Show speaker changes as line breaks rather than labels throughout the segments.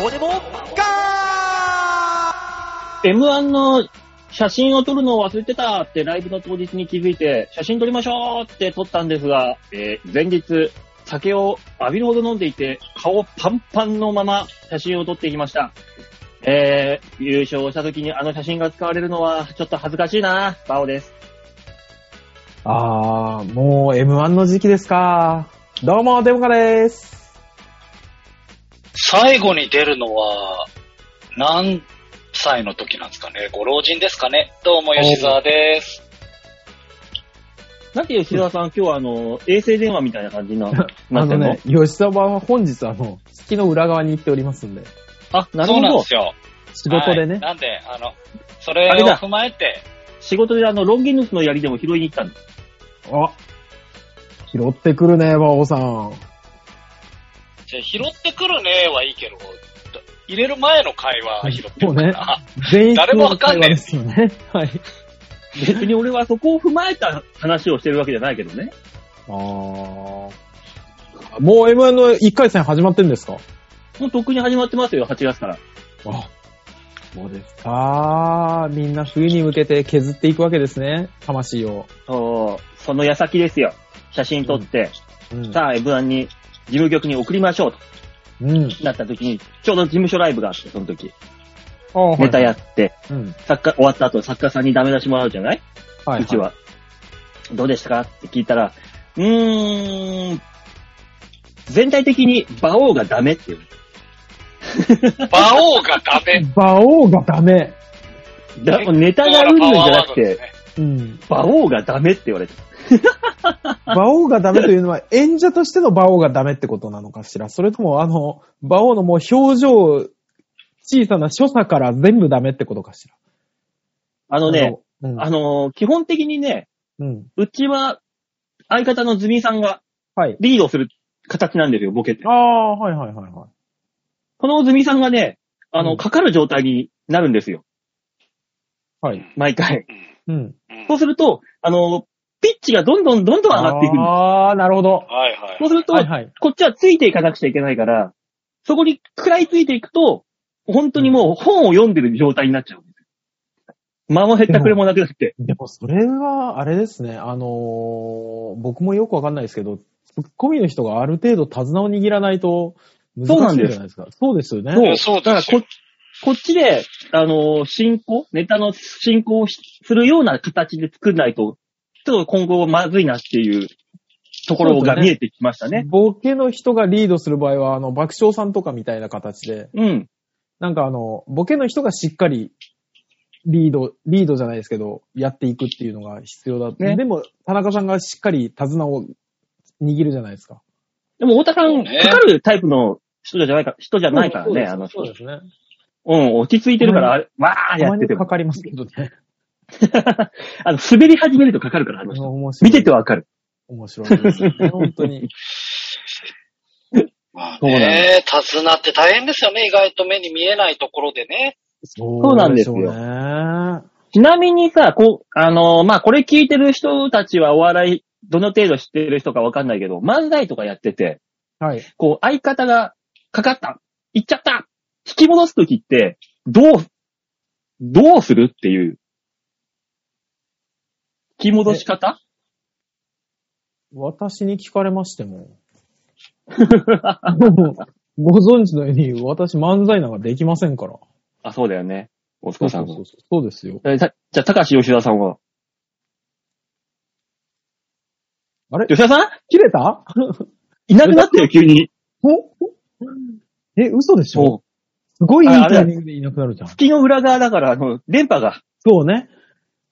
どうでもガ
M1 の写真を撮るのを忘れてたってライブの当日に気づいて、写真撮りましょうって撮ったんですが、えー前日、酒を浴びるほど飲んでいて、顔パンパンのまま写真を撮っていきました。えー、優勝した時にあの写真が使われるのはちょっと恥ずかしいな、バオです。
あー、もう M1 の時期ですか。どうも、デモカです。
最後に出るのは、何歳の時なんですかねご老人ですかねどうも、吉沢です。
なんで吉沢 さん、今日はあの、衛星電話みたいな感じになな
あ
って
の
んの
ね、吉沢は本日あの、月の裏側に行っておりますんで、
あ、なる
そう
ほ
なん
ど
で。すよ。
仕事でね
はい。なんで、あの、それ
あれ
を
だ
踏まえて、
仕事であの、ロンギヌスの槍でも拾いに行ったんです。
あ、拾ってくるね、馬王さん。
じゃあ拾ってくるねはいいけど、入れる前の会話拾ってくるな。
全員
誰もわかんねえ
ですよね。 はい。
別に俺はそこを踏まえた話をしてるわけじゃないけどね。
あー。もう M1 の1回戦始まってんですか
もうとっくに始まってますよ、8月から。
あ、そうですか。みんな冬に向けて削っていくわけですね、魂を。
そう、その矢先ですよ。写真撮って、
うん。
さあ M1 に、事務局に送りましょうと
うん。
なった時に、ちょうど事務所ライブがあって、その時。
あー
ネタ。やって、
はいうん。
作家、終わった後、作家さんにダメ出しもらうじゃない、
はいう
ちは。どうでしたかって聞いたら、うーん、全体的に馬王がダメっていう。
馬王がダメ。
馬王がダメ。
だネタがうんぬんじゃなくて、
うん。
馬王がダメって言われて。
馬王がダメというのは、演者としての馬王がダメってことなのかしらそれとも、あの、馬王のもう表情、小さな所作から全部ダメってことかしら
あのね、、
うん。
あのー基本的にね、
うん。
うちは、相方のズミさんが
はい。
リードする形なんですよ、ボケって
あ。あ、はいはいはいはい。
このズミさんがね、あの、
うん
かかる状態になるんですよ、
はい。
毎回。
うん。
うん
そうすると、あの、ピッチがどんどんどんどん上がっていくんです。
ああ、なるほど。
はいはい
そう。すると、
はいはい。
こっちはついていかなくちゃいけないから、そこに食らいついていくと、本当にもう本を読んでる状態になっちゃうんですよ。間も減ったくれもなくなって。
でも、それは、あれですね。あのー僕もよくわかんないですけど、ツッコミの人がある程度手綱を握らないと、難しいんじゃないですか。そうですよね。
そう
そう
だか
で
ら
すよ
こ、こっちで、あのー進行、ネタの進行をしするような形で作んないと、ちょっと今後まずいなっていうところが見えてきましたね。
ボケの人がリードする場合は、あの、爆笑さんとかみたいな形で、
うん。
なんかあの、ボケの人がしっかりリード、リードじゃないですけど、やっていくっていうのが必要だ。
ね
でも、田中さんがしっかり手綱を握るじゃないですか。
でも、太田さ、
そうんね
かかるタイプの人じゃないか、人じゃないからね、あの人
そう。ですね。
うん、落ち着いてるから、あれわー
た
や
ま
って
に
ても
か。かりますけどね。
あの、滑り始めるとかかるから、あの人。
面白い
見ててわかる。
面白いですね。 本当に。
まあ
そうなん
ね、手綱って大変ですよね。意外と目に見えないところでね。
そう
なんですよ
うでしょうね。
ちなみにさ、こう、あのーまあ、これ聞いてる人たちはお笑い、どの程度知ってる人かわかんないけど、漫才とかやってて、
はい。
こう、相方がかかった、行っちゃった、引き戻すときって、どう、どうするっていう。引き戻し方
私に聞かれましても。ご存知のように、私漫才なんかできませんから。
あ、そうだよね。おつこさんも
そうそうそうそうですよ。
えさじゃあ、高橋吉田さんは。
あれ
吉田さん
切れた
いなくなったよ、急に。
おえ、嘘でしょ
そ
すごいいい
ああれ
タイミングでいなくなるじゃん
う。。月の裏側だから、あの、電波が。
そうね。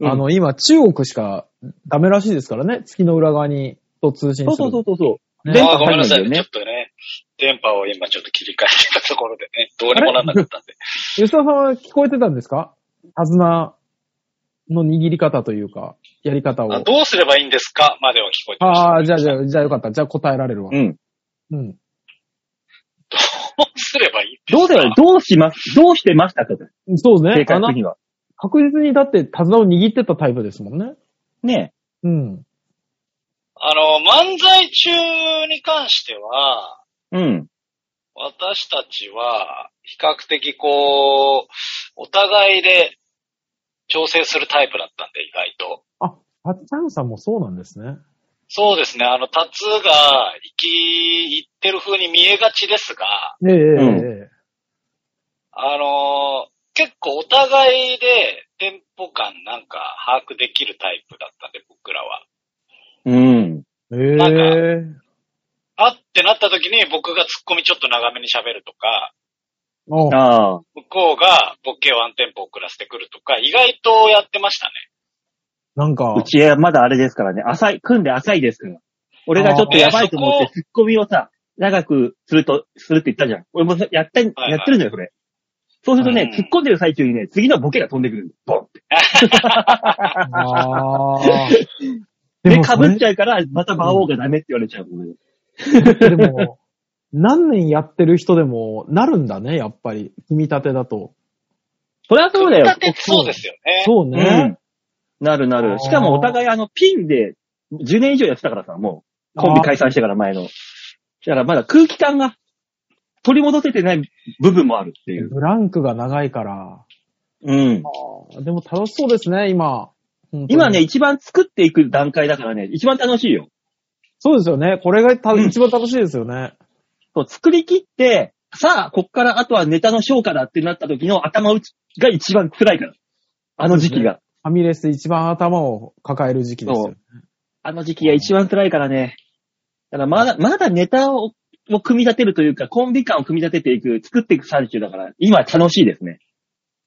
うん
あの、今、中国しかダメらしいですからね。月の裏側に、と通信す
そ
る。
うそうそうそう。
ね
電
あ
波
ーごめ
入
ん
る
なんさ
だ
い
よ
ね。ちょ
ね
っ。とね、電波を今ちょっと切り替えたところでね、どうにもなんなかったんで。
吉田さんは聞こえてたんですか手綱の握り方というか、やり方を。
あどうすればいいんですかまでは聞こえてました。
ああ、じゃあ、じゃあ、じゃあよかった。じゃあ答えられるわ
う。ん。
うん。
どうすればいいんですか
どうだよ、どうします、どうしてましたかと
そう
正
ね。
解
あの
的には。
確実にだって手綱を握ってたタイプですもんね。
ね
うん。
あの、漫才中に関しては、
え。うん。
私たちは、比較的こう、お互いで調整するタイプだったんで、意外と。
あっちゃんさんもそうなんですね。
そうですね、あの、タツが生き、いってる風に見えがちですが、
ええ
ん
あのー結構お互いでテンポ感なんか把握できるタイプだったんで、僕らは。
うん。
えええ
なんか
え
あってなった時に僕がツッコミちょっと長めに喋るとか、
お
ああ。
向こうがボケワンテンポ遅らせてくるとか、意外とやってましたね。
なんか
う、ちはまだあれですからね、浅い、組んで浅いですから。俺がちょっとやばいと思
あ
っ
ーえ
て、ツッコミをさ、長くすると、するって言ったじゃん。俺もさやったん、
はい
やってるんだよ、それ。そうするとね、
うん
突っ込んでる最中にね、次のボケが飛んでくる。ボンって。
ああ。
で、
そ
被
れ
っちゃうから、また魔王がダメって言われちゃう。俺
でも、何年やってる人でもなるんだね、やっぱり。組み立てだと。
そりゃそうだよ。
組み立てそうですよね。
そう
う
ね。
ん。なるな
あー
る。しかもお互いあの、ピンで10年以上やってたからさ、もう、コンビ解散してから前の。だからまだ空気感が取り戻せてない部分もあるっていう。
ブランクが長いから。
うん。
でも楽しそうですね、今。本当に
今ね、。一番作っていく段階だからね、一番楽しいよ。
そうですよね。これがた一番楽しいですよね。
そう作り切って、さあ、こっからあとはネタの消化だってなった時の頭打ちが一番辛いから。あの時期が。
ファミレス一番頭を抱える時期ですよ。
あの時期が一番辛いからね。だからまだ、まだネタを、を組み立てるというか、コンビ感を組み立てていく、作っていく最中だから、今楽しいですね。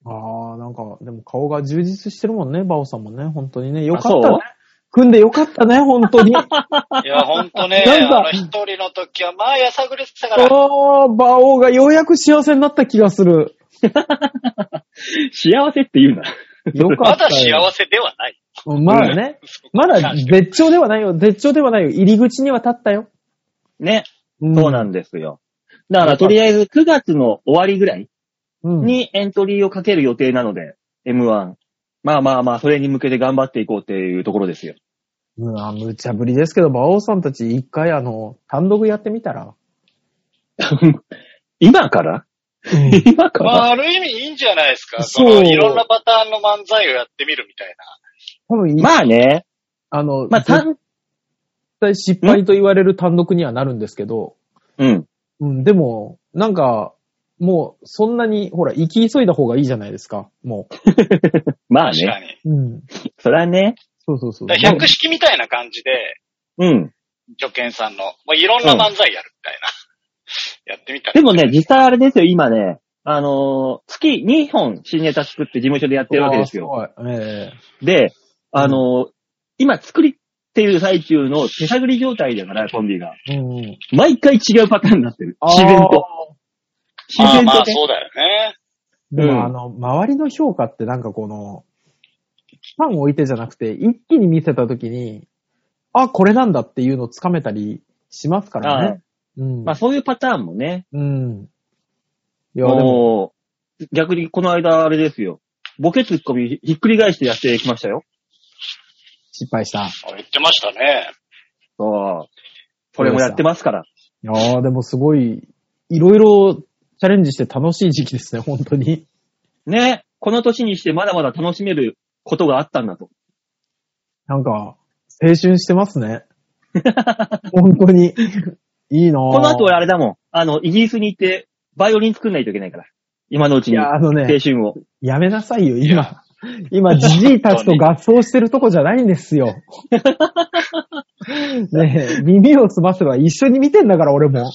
ああ、なんか、でも顔が充実してるもんね、バオさんもね。本当にね。よかった
あそ
ね
う。
組んでよかったね、本 当に。
いや、ほんとね、
なんか
あの一人の時は、まあ、やさぐれてたから、
おー、バオがようやく幸せになった気がする。
幸せって言うな。
よか
ま
った
だ
よ。
幸せではない。
うんまだね。まだ絶頂ではないよ。絶頂ではないよ。入り口には立ったよ。
ね。
うん
そうなんですよ。だから、とりあえず9月の終わりぐらい
うん
にエントリーをかける予定なので、M1。まあまあまあ、それに向けて頑張っていこうっていうところですよ。
うん、あ無茶ぶりですけど、馬王さんたち一回あの、単独やってみたら。
今から今か
ま
ら
あ、ある意味いいんじゃないですか。
そ
そうのいろんなパターンの漫才をやってみるみたいな。
多分、
まあね。
あの、
まあ、た
絶
ん、
対失敗と言われる単独にはなるんですけど、
うん。
うん、でも、なんか、もう、そんなに、ほら、行き急いだ方がいいじゃないですか、も
まあ
確か
ね。
に。
う。うん。
それはね。
そうそうそう。
だから百式みたいな感じで、
うん。
助健さんの、まあ、いろんな漫才やるみたいな。や ってみたら
でもね、実際あれですよ、今ね。あのー月2本新ネタ作って事務所でやってるわけですよ。
あー。ごいえ
で、あのー今作りっていう最中の手探り状態だから、コンビが。
えうんうん。
毎回違うパターンになってる。自然と。自
まあ
然
ま
と
あ、
ね。
そうだよね。
で
うん
も、あの、周りの評価ってなんかこの、ファン置いてじゃなくて、一気に見せたときに、あ、これなんだっていうのをつかめたりしますから
あ
ね。うん。
まあそういうパターンもね。
うん。いや、でも、
もう、逆にこの間あれですよ。ボケツッコミひっくり返してやってきましたよ。
失敗した。
あ言ってましたね。
そう。これもやってますから。
いやーでもすごい、いろいろチャレンジして楽しい時期ですね、 本当に。
ね。この年にしてまだまだ楽しめることがあったんだと。
なんか、青春してま すね。本当に。いいな
この後は
や
あれだもん。あの、イギリスに行って、バイオリン作んないといけないから。今のうち
い
に、
や、
青
あのね、
春を。
やめなさいよ、今。今、じじいたちと合奏してるとこじゃないんですよ。ねえ、耳を澄ませば一緒に見てんだから、俺も。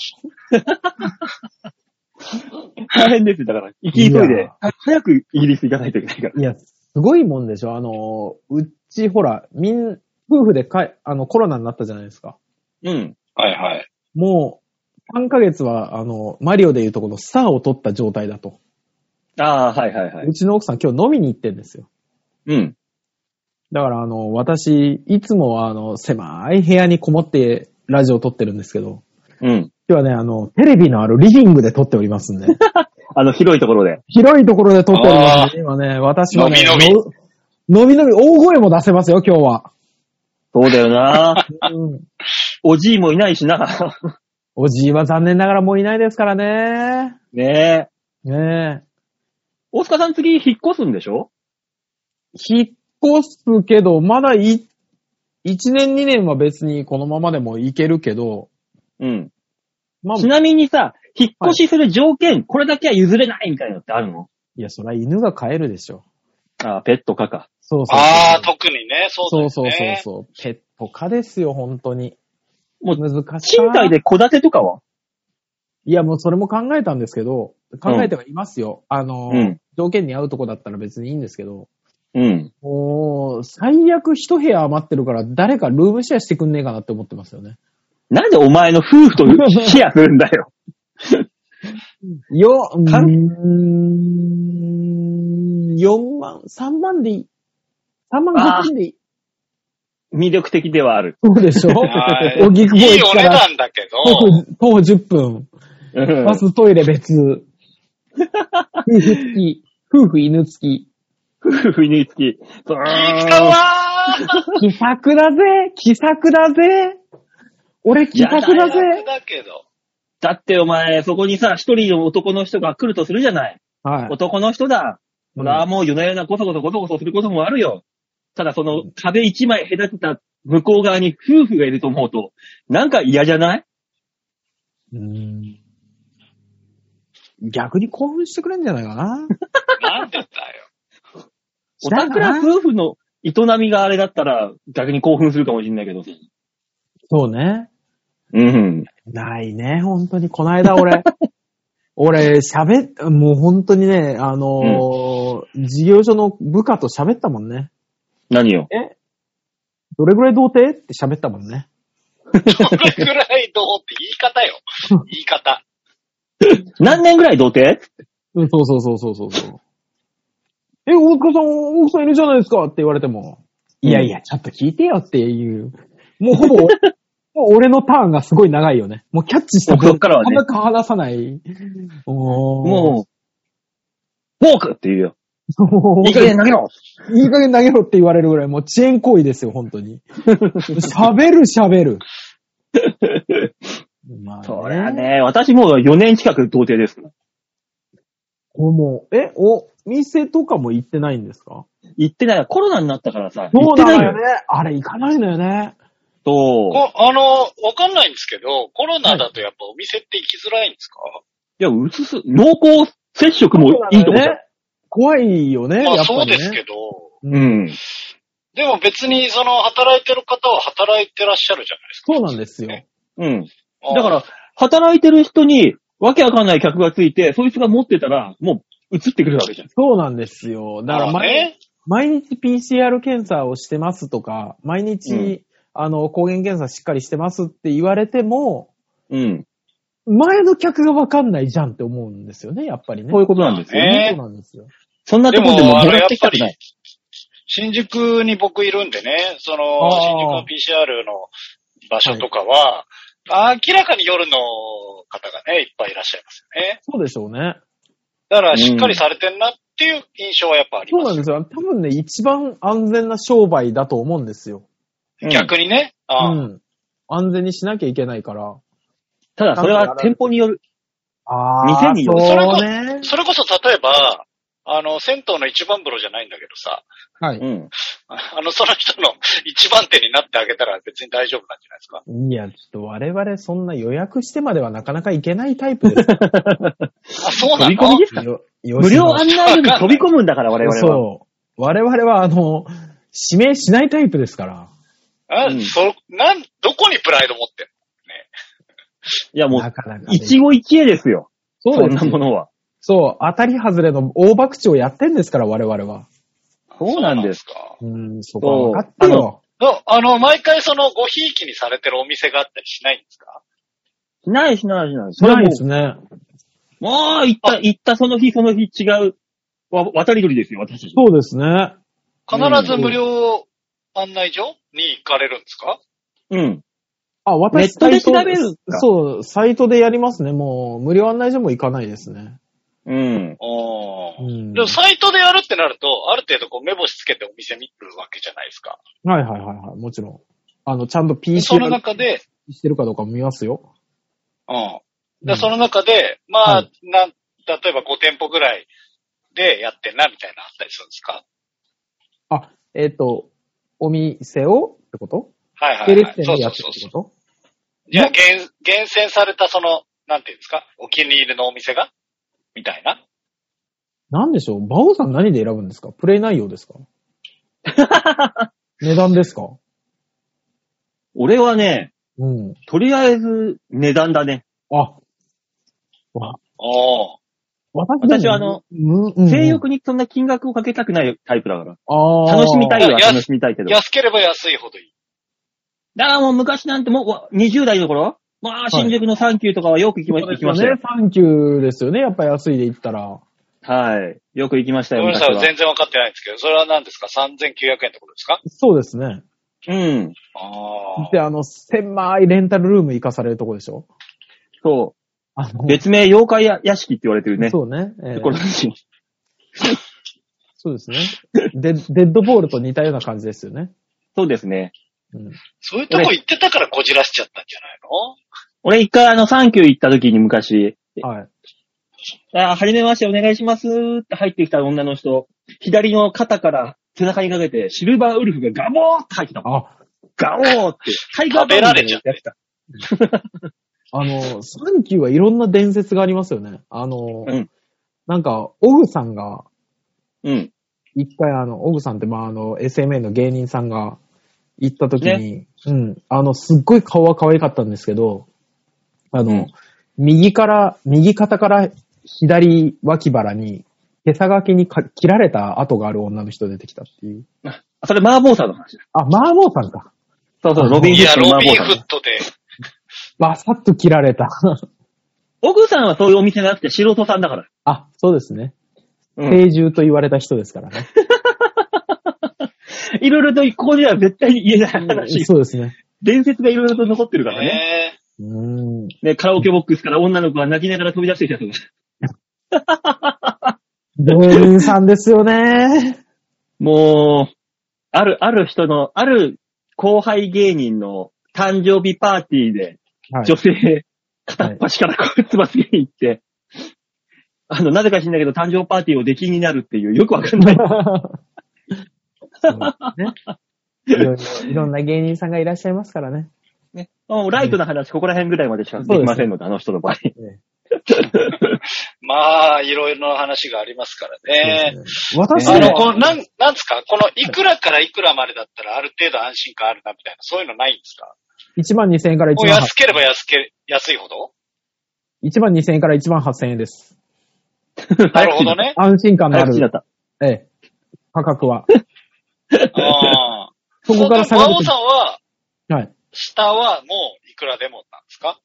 大変ですよ、だから。行き急い
い
で
や、
早くイギリス行かないといけないから。
いや、すごいもんでしょ。あの、うち、ほら、みん、夫婦でかい、あの、コロナになったじゃないですか。
うん。
はいはい。
もう、3ヶ月は、あの、マリオでいうとこのスターを取った状態だと。。
ああ、はいはいはいう
ちの奥さん今日飲みに行ってんですよ。
うん。
だから、あの、私、いつもは、あの、狭い部屋にこもってラジオを撮ってるんですけど、
うん。
今日はね、あの、テレビのあるリビングで撮っておりま すんで、
あの、広いところで。
広いところで撮っておりますんで、今ね、私はね、
のびの
のびのび大声も出せますよ、今日は。
そうだよな
うん
おじいもいないしな。
おじいは残念ながらもういないですからね。
ねえ。
ねえ。
大塚さん次引っ越すんでしょ
引っ越すけど、まだい、1年2年は別にこのままでもいけるけど、
うん。
まあ、
ち
い
なみにさ、引っ越しする条件、これだけは譲れないみたいなのってあるの
や、そりゃ犬が飼えるでしょ。
あーペットかか。
そうそうそう。
ああ、特にね、そう
そ
で
う
す
そうそう
ね。
そう。ペット化ですよ、本当に。
もう
難しい。
賃貸で戸建てとかはい
や、もうそれも考えたんですけど、考えてはいますよ。あの、
うん。
条件に合うとこだったら別にいいんですけど、
うん。
もう、最悪一部屋余ってるから、誰かルームシェアしてくんねえかなって思ってますよね。
なんでお前の夫婦とシェアするんだよ。
よ、うー
かん
ん、4万、3万でいい。3万5千でいい。
魅力的ではある。
そうでし ょ
はい
おぎくぼ
い
駅
いお
か
値
ら
段だけど、
徒歩徒歩10分。
うん
バス、トイレ別。夫婦付き。夫婦犬付き。
夫婦につき。う
いいかわー
気さくだぜ気さくだぜ俺気さくだ
大
ぜ
学だけど。
だってお前、そこにさ、一人の男の人が来るとするじゃない。
はい。
男の人だ。
う
そ
ん
れはもう夜な夜なごそごそごそごそすることもあるよ。ただその壁一枚隔てた向こう側に夫婦がいると思うと、なんか嫌じゃない
うん逆に興奮してくれんじゃないかな。
なんでだよ。
おたくら夫婦の営みがあれだったら逆に興奮するかもしれないけど。
そうね。
うん。
ないね、本当に。こないだ 俺、俺喋っ、もう本当にね、あのー事業所の部下と喋ったもんね。
何よ。
どれぐらい童貞って喋ったもんね。
どれぐらいどうって言い方よ。言い方。
何年ぐらい童貞
うん、そうそうそうそうそうそう。 え、大塚さん、奥さんいるじゃないですかって言われても、いやいや、ちょっと聞いてよっていう、もう ほぼ、もう俺のターンがすごい長いよね。もうキャッチした
もうそっからはね
なかなか離さない。おー
もう、フォークって言うよ。
もう、
いい加減投げろ
いい加減投げろって言われるぐらい、もう遅延行為ですよ、本当に。喋る喋る。まあ
そりゃ。ね、私もう4年近く童貞ですから。
こうもう、え、お、店とかも行ってないんですか
行ってない。コロナになったからさ、
そ
行
う
って
だ
ないよ。
よね。あれ行かないのよね。
と、
こあの、わかんないんですけど、コロナだとやっぱお店って行きづらいんですか、
いや、うつす、濃厚接触もいいとこじゃん。
怖いよね、やっ
ま
ぱ
あそう
りね。
ですけど、
うん。
でも別にその働いてる方は働いてらっしゃるじゃないですか。
そうなんですよ。
うん。
あー
だから、働いてる人に、わけわかんない客がついて、そいつが持ってたら、もう、移ってくるわけじゃん。
そうなんですよ。だから
まあ
毎、
ね、
毎日 PCR 検査をしてますとか、毎日、
うん
あの、抗原検査しっかりしてますって言われても、
うん。
前の客がわかんないじゃんって思うんですよね、やっぱりね。
そういうことなんですよね。
ね
そうなんですよ。
そんなとこでも
あの
もらってきたくない。
新宿に僕いるんでね、その、
あー
新宿の PCR の場所とかは、明らかに夜の方がね、いっぱいいらっしゃいますよね。
そうでしょうね。
だからしっかりされてんなっていう印象はやっぱあり
そう
ま
なん
す。
ですよ。多分ね、一番安全な商売だと思うんですよ。
うん
逆にね。
う
あー
ん。安全にしなきゃいけないから。
ただ、それは店舗による。
あ
店による
そうね。
それこそ例えば、あの、銭湯の一番風呂じゃないんだけどさ、
は
う
い。
ん。
あの、その人の一番手になってあげたら別に大丈夫なんじゃないですか。
いや、ちょっと我々そんな予約してまではなかなかいけないタイプです
あ、そうな
飛び込み
の
ですか
よよ
無
し
料案内所に飛び込むんだから、我々は。
そう。我々は、あの、指名しないタイプですから。
あ
うん
そ、なん、どこにプライド持ってん
いや、も
な
う、
かなか、ね。
一期一会ですよ。
そ
そ
うんです
なものは。
そう、当たり外れの大博打をやってんですから、我々は。
の
そうなんです
か。
うん、そこは分かっ
そ
て
う
よ。
のあの、毎回その、ごひいきにされてるお店があったりしないんですか
しないしないしない。それは
ない
も
ですね。
う、もう、行った、行ったその日その日違う、わ渡り鳥ですよ、私たち。
そうですね。
必ず無料案内所に行かれるんですか
うん。
あ、私、
ネットで
サイ
調べるんですか
そう、サイトでやりますね。もう、無料案内所も行かないですね。
うん。
お
う
ー
ん。
でも、サイトでやるってなると、ある程度こう、目星つけてお店見るわけじゃないですか。
はいはいはいはい、もちろん。あの、ちゃんと
でその
PCR
中で、
してるかどうかも見ますよ。
うん。で、その中で、まあ、
はい
なん、例えば5店舗ぐらいでやってんな、みたいなのあったりするんですか
えっ、と、お店をってこと
はいはい、
系
は
列店
い。そう
でや
そう
ってるっ
そう
て
そう。
こ
じゃあ、厳厳選されたその、なんていうんですかお気に入りのお店がみたいな。
となんでしょう馬王さん何で選ぶんですかプレイ内 容ですか値段ですか
俺はね、
うん。
とりあえず値段だね。
あ、
おお。
私
私はあの、
む
性。欲にそんな金額をかけたくないタイプだから。
ああ。
楽しみたいは
あー
楽しみたいけど。だか
安ければ安いほどいい。
らもう昔なんてもうわ20代の頃まあ、新宿のサンキューとかはよく行きま,、
そうで
行
す
き
よ
ました
ね
よ。。
サンキューですよね。やっぱ安いで言ったら。
はい。よく行きました
ご
よ、
めんな
昔
さい、
は。
全然わかってないんですけど、それは何ですか ?3900 円ってことですか
そうですね。
うん。
ああ。
で、あの、狭いレンタルルーム行かされるとこでしょ
そ
あの
う。、別名、妖怪や屋敷って言われてるね。
そうね、ええ
ところに。
そうですね。デッデッドボールと似たような感じですよね。
そうですね。
うん、
そういうとこ行ってたからこじらしちゃったんじゃないの
俺一回あの、サンキュー行った時に昔、
はい。
あ、はじめまして、お願いしますって入ってきた女の人、左の肩から背中にかけて、シルバーウルフがガモーって入ってたもん。
あ、
ガオーって。タイガーバウンドみたいなやつだ
あの、サンキューはいろんな伝説がありますよね。あの、
うん
なんか、オグさんが、
うん。
一回あの、オグさんって、まあ、あの、SMA の芸人さんが行った時に、うん、あの、すっごい顔は可愛かったんですけど、あの、
うん
右から、右肩から左脇腹に、手下書きにか切られた跡がある女の人出てきたっていう。
あそれ、マーボーさんの話だ。
あ、マーボーさんか。
そうそう、ロビン・
い
フッ
や、
トの
ロ
マー
ビ
ボ
ン
ーさん
フ
だ
ッ。トで。
バサッと切られた。
奥さんはそういうお店がなくて、素人さんだから。
あ、そうですね。
うん。
定住と言われた人ですからね。
いろいろと、ここでは絶対に言えない話。
そうですね。
伝説がいろいろと残ってるからね。
ねえ
うーん。
ね、カラオケボックスから女の子が泣きながら飛び出してきたとか。
芸人さんですよね。
もう、ある、ある人の、ある後輩芸人の誕生日パーティーで、
はい
女性、片っ端からこう、つばすげに行って、あの、なぜか知んないけど、誕生パーティーを出禁になるっていう、よくわかんない。
いろいろいろんな芸人さんがいらっしゃいますからね。
もうライトな話、ここら辺ぐらいまでしかできませんので、あの人の場合。
まあ、いろいろな話がありますからね。
私
あ
で
の、
も、
こうなん、なんですかこの、いくらからいくらまでだったらある程度安心感あるなみたいな、そういうのないんですか
1万2000円から1
もう
万
安ければ安け、安いほど
1万2000円から1万8000円です。
なるほど。ね。
安心感のあ
早口だっ
る、
た。
ええ、価格は。
ああ。
そこから下
馬
が
王
る
さんは、
と。はい。
下はもういくらでもなんですか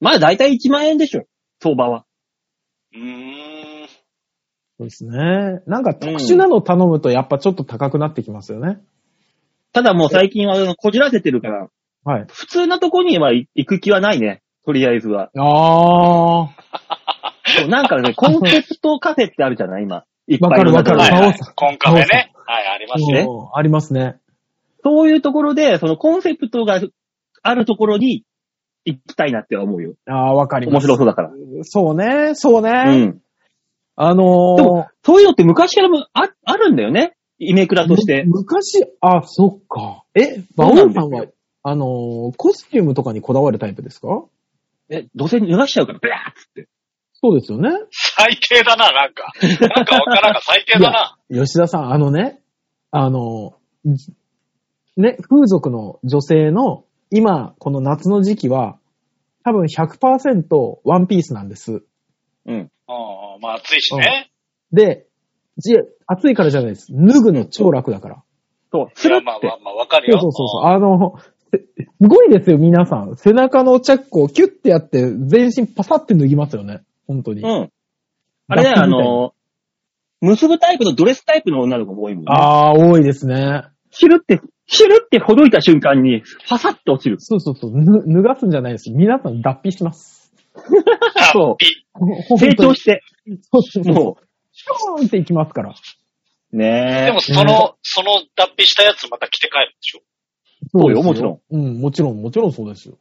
まあ、だいたい1万円でしょ。相場は。
うーん。
そうですね。なんか特殊なの頼むとやっぱちょっと高くなってきますよね。
ただもう最近はあのこじらせてるから、
はい。
普通なとこには行く気はないね。とりあえずは。
ああ。
そうなんか ね、コンセプトカフェってあるじゃない今。いっぱい
わかる
の
わか
中
る
で
は
馬王
い、はい
さん。
コンカフェね。はい、ありますね。
うんありますね。
そういうところで、そのコンセプトがあるところに行きたいなって思うよ。
ああー、わかり
面
ます。
白そうだから。
そうね、そうね。
うん。
あの
で
ー
も、そういうのって昔からもああるんだよね。イメクラとして。
む昔、あ、そっか。え、馬王さんは、あのーコスチュームとかにこだわるタイプですか
え、どうせ脱がしちゃうから、ブラーっつって。
そうですよね。
最低だな、なんか。なんかわからんが最 低だな。
吉田さん、あのね、あのーじね、風俗の女性の、今、この夏の時期は、多分100%ワンピースなんです。
うん。
うんうん、まあ暑いしね。
で、じ暑いからじゃないです。脱ぐの超楽だから。
そう、
い
スル
や
っ
まあまあ
て。
まあ、わかる
そう
よ。。
そうそうそう。あの、せすごいですよ、皆さん。背中のチャックをキュッてやって、全身パサって脱ぎますよね。本当に。
うん。あれだよ、あの、結ぶタイプのドレスタイプの女の子が多いもんね。
ああ、多いですね。
ひるって、ひるってほどいた瞬間に、パサッと落ちる。
そうそうそう。ぬ脱がすんじゃないです。皆さん脱皮します。
そう
い
成長
し
して、
そうそうそう。
も
シューンっていきますから。
う。ねえ。
でも、その、その脱皮したやつまた着て帰るんでしょ
そうよもちろ
ん。うん、もちろん、もちろんそうですよ。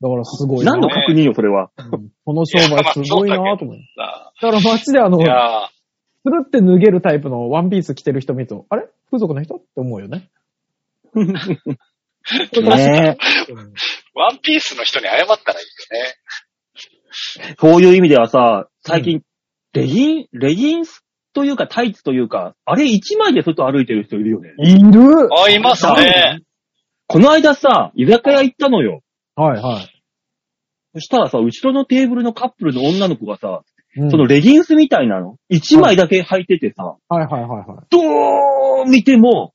だからすごいな。
何の確認よ、それは。
うんこの商売すごいなぁと思う。
あ
だから街であの、
い
つる
やー
って脱げるタイプのワンピース着てる人見ると、あれ風俗の人って思うよね。
ね
うん
ワンピースの人に謝ったらいいよね。
えそういう意味ではさ、最近、レギン、レギンスというかタイツというか、あれ一枚で外歩いてる人いるよね。
いる
あ、いますね。
この間さ、居酒屋行ったのよ。
はいはい。
そしたらさ、後ろのテーブルのカップルの女の子がさ、
うん
そのレギンスみたいなの、一枚だけ履いててさ、
はいはいはいはい。
どう見ても、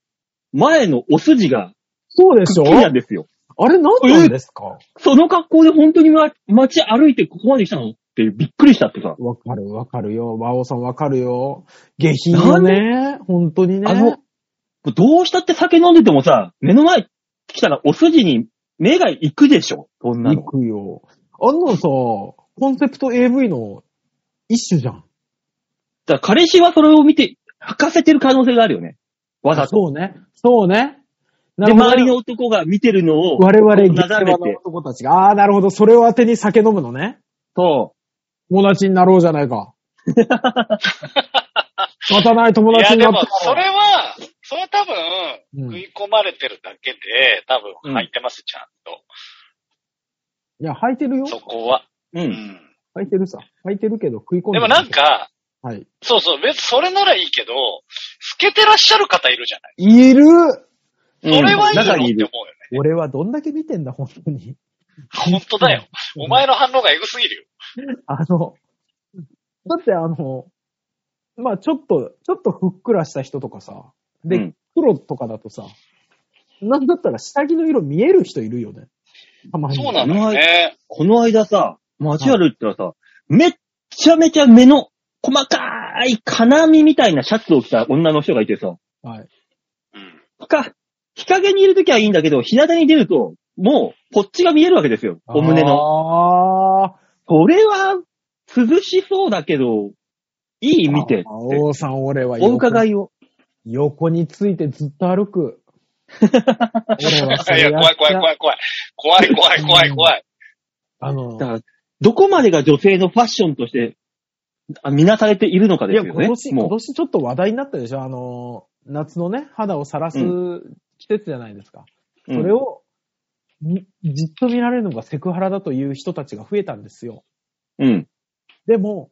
前のお筋が、
そうで
くっ
しょ
きりなんですよ。
あれ何なんですか
その格好で本当にま街歩いてここまで来たのってびっくりしたってさ。
わかるわかるよ。馬王さんわかるよ。下品よね。本当にね。
あの、どうしたって酒飲んでてもさ、目の前来たらお筋に目が行くでしょそんな
行
の。
くよ。あんなのさ、コンセプト AV の一種じゃん。
だから彼氏はそれを見て、吐かせてる可能性があるよね。わざと。
そうね。そうね。な
で、周り
ね
の男が見てるのを、
我々、
なだ
下
め
世
て
話の男たちが、ああー、なるほど、それを当てに酒飲むのね。
そ
友達になろうじゃないか。立たない友
い
達
や、
に
で
なっ
も
た、
それは、それは多分、
うん
食い込まれてるだけで、多分入ってます、ちゃん
いや、履いてるよ
と。。そこは。
う。う。
うんん。
履いてるさ。履いてるけど食い込んで
でもなん、か、
はい。
そうそう、別にそれならいいけど、透けてらっしゃる方いるじゃない。
いる
それはいいよって
中
思う
にい
よね
る。。
俺はどんだけ見てんだ、本当に。
本当だよ。お前の反応がエグすぎるよ。
あの、だってあの、まあちょっと、ちょっとふっくらした人とかさ、で、
うん
黒とかだとさ、なんだったら下着の色見える人いるよね。たまに。
そうなのよね。
この間さ、街歩いてたらさ、めっちゃめちゃ目の細かい金網みたいなシャツを着た女の人がいてさ、
はい。
うん。
か、日陰にいるときはいいんだけど、日向に出ると、もう、こっちが見えるわけですよ。お胸の。
の。あ
これは、涼しそうだけど、いい
ー。
見てって
あ王さん、俺は
お伺
い。
いを。
横についてずっと歩 く。俺はそ
い
れ
や、
やっ
怖い怖い
ちゃ
怖い怖い。怖い怖い怖い怖い。
あの
だ、から、どこまでが女性のファッションとして、あ見なされているのか
い
です
や、
よ
今
ね。
年、今
も
年ちょっと話題になったでしょあの、夏のね、肌をさらす季節じゃないですか。
う、
そ
うん
れを、みじっと見られるのがセクハラだという人たちが増えたんですよ。
うん。
でも、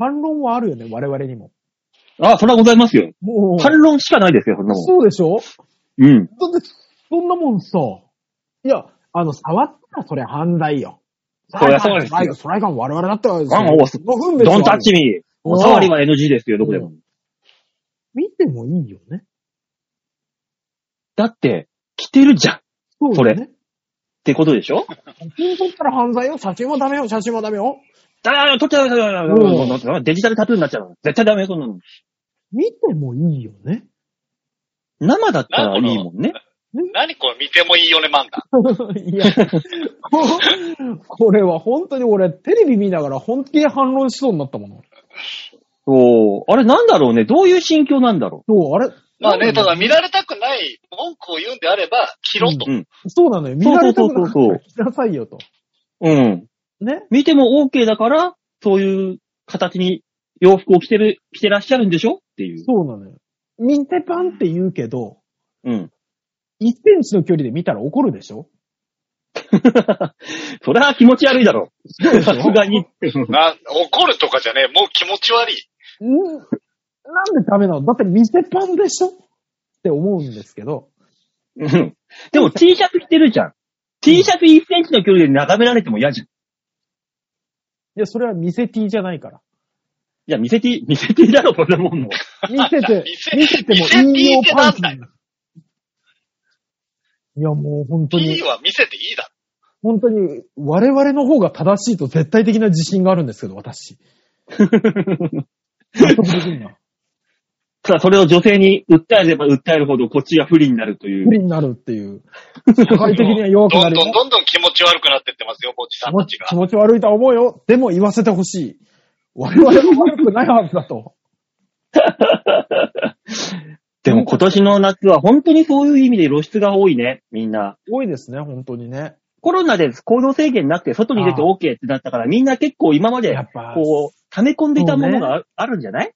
反論はあるよね、我々にも。
あ、それはございますよ。
もう、
反論しかないですよ、そんなもん。
そうでしょ
うん。
だって、そんなもんさ、いや、あの、触ったらそれ犯罪よ。
そりゃそうですよ
よ。それが我々だってわけですよ
あもう
の分別はあ
ド
る
ンタッチミ
お
ー。
う
触りは NG ですよ、どこでも。
見てもいいよね。
だって、着てるじゃんっ
そうよね。
てことでしょ
写真撮ったら犯罪よ。写真もダメよ。写真もダメよ。
ああ、取っちゃう、取っちゃう取っちゃう、デジタルタトゥーになっちゃう。絶対ダメよ、そんなの。
見てもいいよね。
生だったらいいもんね。
何これ見てもいいよね漫画。
いや、こ これは本当に俺、テレビ見ながら本気で反論しそうになったもの。
そう。あれなんだろうね。どういう心境なんだろ
そう、あれ
まあね、た
だ
だ見られたくない文句を言うんであれば、切ろと。
う。うん。
そうなのよ。見られた
そ
くな
うそうそうそう
来なさいよと。
うん。
ね。
見ても OK だから、そういう形に洋服を着てる、着てらっしゃるんでしょっていう。
そうなのよ。見てパンって言うけど、
うん。
1センチの距離で見たら怒るでしょ
それは気持ち悪いだろ。
そうでし
さす
ょ
がに。
な、怒るとかじゃねえ、もう気持ち悪い。
んなんでダメなのだって見てパンでしょって思うんですけど。
うん。でも T シャツ着てるじゃん。T シャツ1センチの距離で眺められても嫌じゃん。
いや、それは見せ T じゃないから。
い や、見せて、見せてだろ、そんなもんも。
見せ て
見せ、
見せてもいいよ
見せ T って
パ
な
ン
ん
ツ
だ
に。いや、もう本当に
T。は見せていいだ
本当に、我々の方が正しいと絶対的な自信があるんですけど、 私。納得できんな
さあ、それを女性に訴えれば訴えるほど、こっちが不利になるという
不。利になるっていう。社会的には弱く
ど
なんる
どん
よ。
どんどん気持ち悪くなってってますよ、ぼっちさ
気
んた
持
ち
ち
が
気。持ち悪いとは思うよ。でも言わせてほしい。我々も悪くないはずだと。
でも今年の夏は本当にそういう意味で露出が多いね、みんな。
多いですね、本当にね。
コロナで行動制限なくて外に出て OK ってなったから、みんな結構今まで
や、っぱ、
こう、溜め込んでいたものがあるあるんじゃない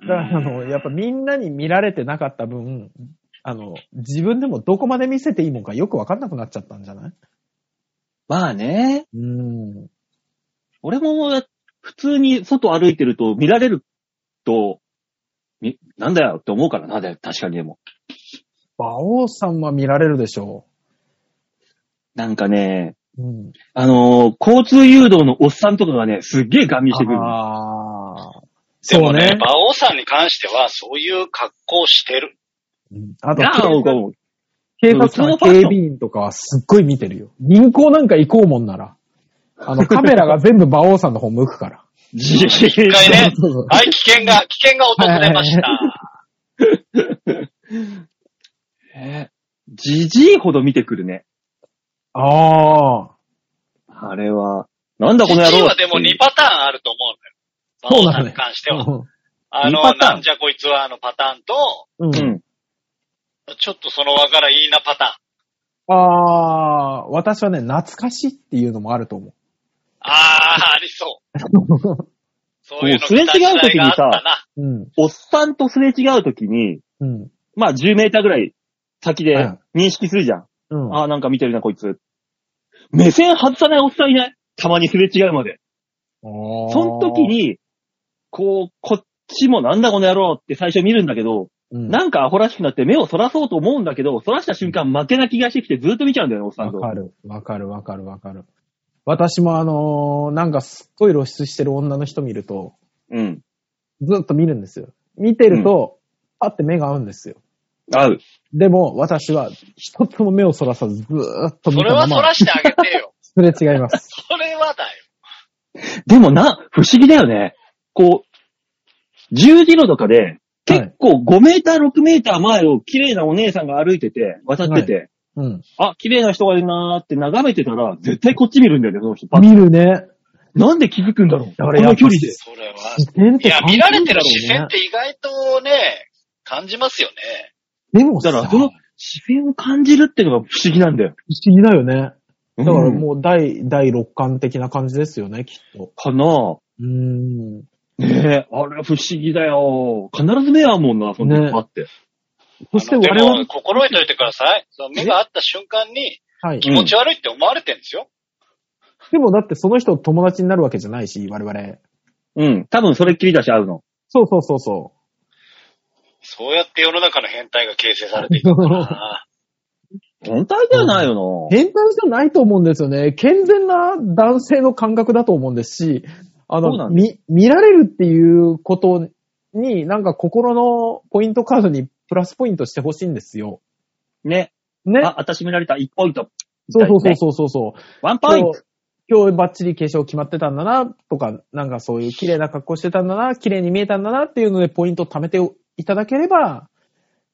だからあの、やっぱみんなに見られてなかった分、あの、自分でもどこまで見せていいもんかよくわかんなくなっちゃったんじゃない
まあね。
うん。
俺も、普通に外歩いてると見られると、みなんだよって思うからな、で確かにでも。
馬王さんは見られるでしょ
なんかね、
う。うん。
あのー交通誘導のおっさんとかがね、すっげえガン見してくるの。
ああ。
でも
そう
ね
ね、
馬王さんに関しては、そういう格好してる。
うんあと、
なあ、
警
僕は
察
もう
警察官、警備員とかはすっごい見てるよ。銀行なんか行こうもんなら。あの、カメラが全部馬王さんの方向くから。
自衛
一回ね
そうそうそう
はい、危険が、危険が訪れました。
えーじじいほど見てくるね。
ああ。
あれは。なんだこの野
父
郎
はでも2パターンあると思うのよ。馬王さんに関しては。あ
二
の、
パターン
なんじゃこいつはあのパターンと、
うん。
うん。
ちょっとそのわからいいなパターン。
ああ、私はね、懐かしいっていうのもあると思う。
あー、ありそう。そういうの
もうすれ違う時にさ
期待しないがあったな
うん。
おっさんとすれ違うときに、
うん。
まあ10メーターぐらい先で
うん
認識するじゃん。
うん。
ああ、なんか見てるな、こいつ。目線外さないおっさんいないたまにすれ違うまで。その時、に、こう、こっちもなんだこの野郎って最初見るんだけど、
うん、
なんかアホらしくなって目をそらそうと思うんだけど、そらした瞬間負けな気がしてきてずっと見ちゃうんだよね、おっさん
わ
と。
かる、わかる、わかる、わかる。私もあのーなんかすっごい露出してる女の人見ると、
うん。
ずっと見るんですよ。見てると、パって目が合うんですよ。
合う。
でも、私は一つも目をそらさずずーっと見
それ
たま
はそ
ま、
ら
す
してあげてよ。
れ違います。
それはだよ。
でもな、不思議だよね。こう、十字路とかで、結構5メーター、6メーター前を綺麗なお姉さんが歩いてて、渡ってて、
うん。
あ、綺麗な人がいるなーって眺めてたら、絶対こっち見るんだよね、その人。パッ
見るね。
なんで気づくんだろう
だから
こ
やっ
の
ぱ
距離で。
それは。
視点っ
い
て
や、
感じ
見
な
ら
んだろうね
れてる視線って意外とね、感じますよね。
でも
だ
さ、
か
不
ら、その視線を感じるってのが不思議なんだよ。
思議だよね。
だ
だからもう第、第六感的な感じですよね、きっと。
かな
うーん。
ねえ、あれ不思議だよ。必ず目合うもんな、そんな
ね
パって。
そして
あの
我々
でも、心得ておいてください。その目が合った瞬間に
はい。
気持ち悪いって思われてるんですよ。
でもだってその人と友達になるわけじゃないし、我々。
うん。多分それっきりだし合うの。
そうそうそう そ
そうやって世の中の変態が形成されていくのかな。
本体ではないよ
う。変態じゃないと思うんですよね。健全な男性の感覚だと思うんですし、あ
そうな
の、
んで
見、見られるっていうことに、なんか心のポイントカードにプラスポイントしてほしいんですよ。
な。ね。
ね。
あ、私見られた、1ポイント。
そうそう
ね
そうそうそう。
ワンポ
今
イント
日。、今日バッチリ化粧決まってたんだな、とか、なんかそういう綺麗な格好してたんだな、綺麗に見えたんだなっていうのでポイント貯めていただければ、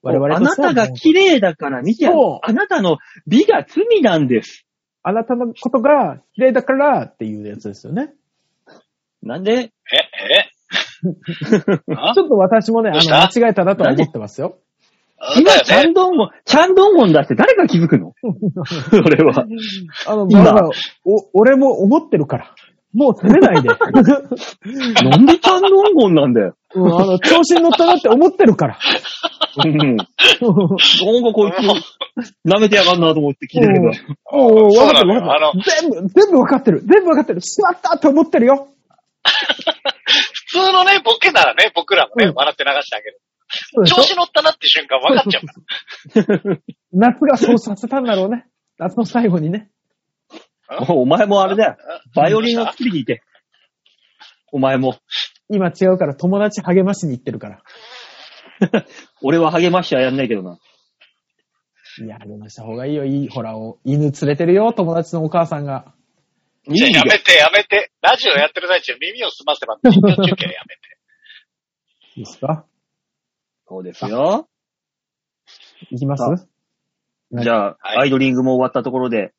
我々
あ
と
な
しては
たが
もう
綺麗だから見てやる
そう
あなたの美が罪なんです。
あなたのことが綺麗だからっていうやつですよね。
なんで、
え、えあ
ちょっと私もね、あ
どう
の、
した
間違えたなとは思ってますよ。
あ
今、チャ
だよね。
ンドンゴン、チャンドンゴン出して誰が気づく のそれは。
あの、
今
まあまあお、俺も思ってるから。もう責め ないで。
なんでチャンドンゴンなんだよ。
うん、あの、調子に乗ったなって思ってる から。
うん。
うん
どんごこいつ、舐めてやがんなと思って聞いてるけど。
おう
そう
わか
な
って
の
る
よ
わかってる。全部、全部わかってる。全部わかってる。しまったと思ってるよ。
普通のね、ボケならね、僕らもね、
うん
笑って流してあげる。
そうでしょ
調子乗ったなって瞬間分かっちゃうから。
夏がそうさせたんだろうね。夏の最後にね。
お前もあれだよ。バイオリンを好きで弾いて。お前も。
今違うから友達励ましに行ってるから。
俺は励ましてはやんないけどな。
いや、励ました方がいいよ。いい、ほら、お犬連れてるよ。友達のお母さんが。
い
じゃあ
いよ
や。めて、やめて。ラジオやってる最中、耳を澄ませば、実況中継 やめて。
いいですか
そうですよ。
行きます
あ
はい
じゃあ、
はい
アイドリングも終わったところで。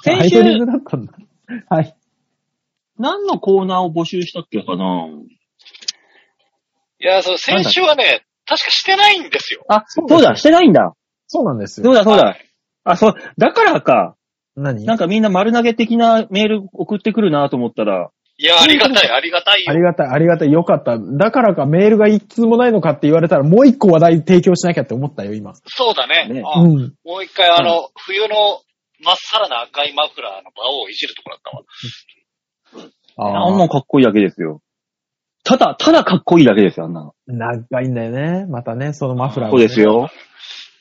ア
先
イ
週
ド、リングだったんだ。はい。
何のコーナーを募集したっけかない
や、そう、先週はね、確かしてないんですよ。
あ、
そう
そうだ、してないんだ。
そうなんで
そ
すよ。
うだ、そう
は
だ。
い
あ、そう、だからか。
何
なんかみんな丸投げ的なメール送ってくるなと思ったら、
いや、ありがたい、ありがたい
あ
よ。
りがたい、ありがたい、よかった。だからかメールが一通もないのかって言われたら、もう一個話題提供しなきゃって思ったよ、今。
そうだね。
ね
あ
うん。
もう一回、あの、冬のまっさらな赤いマフラーの場をいじるとこだったわ。
あんなのかっこいいだけですよ。ただ、ただかっこいいだけですよ、あんなの。
長いんだよね。またね、そのマフラー、
そうです。よ。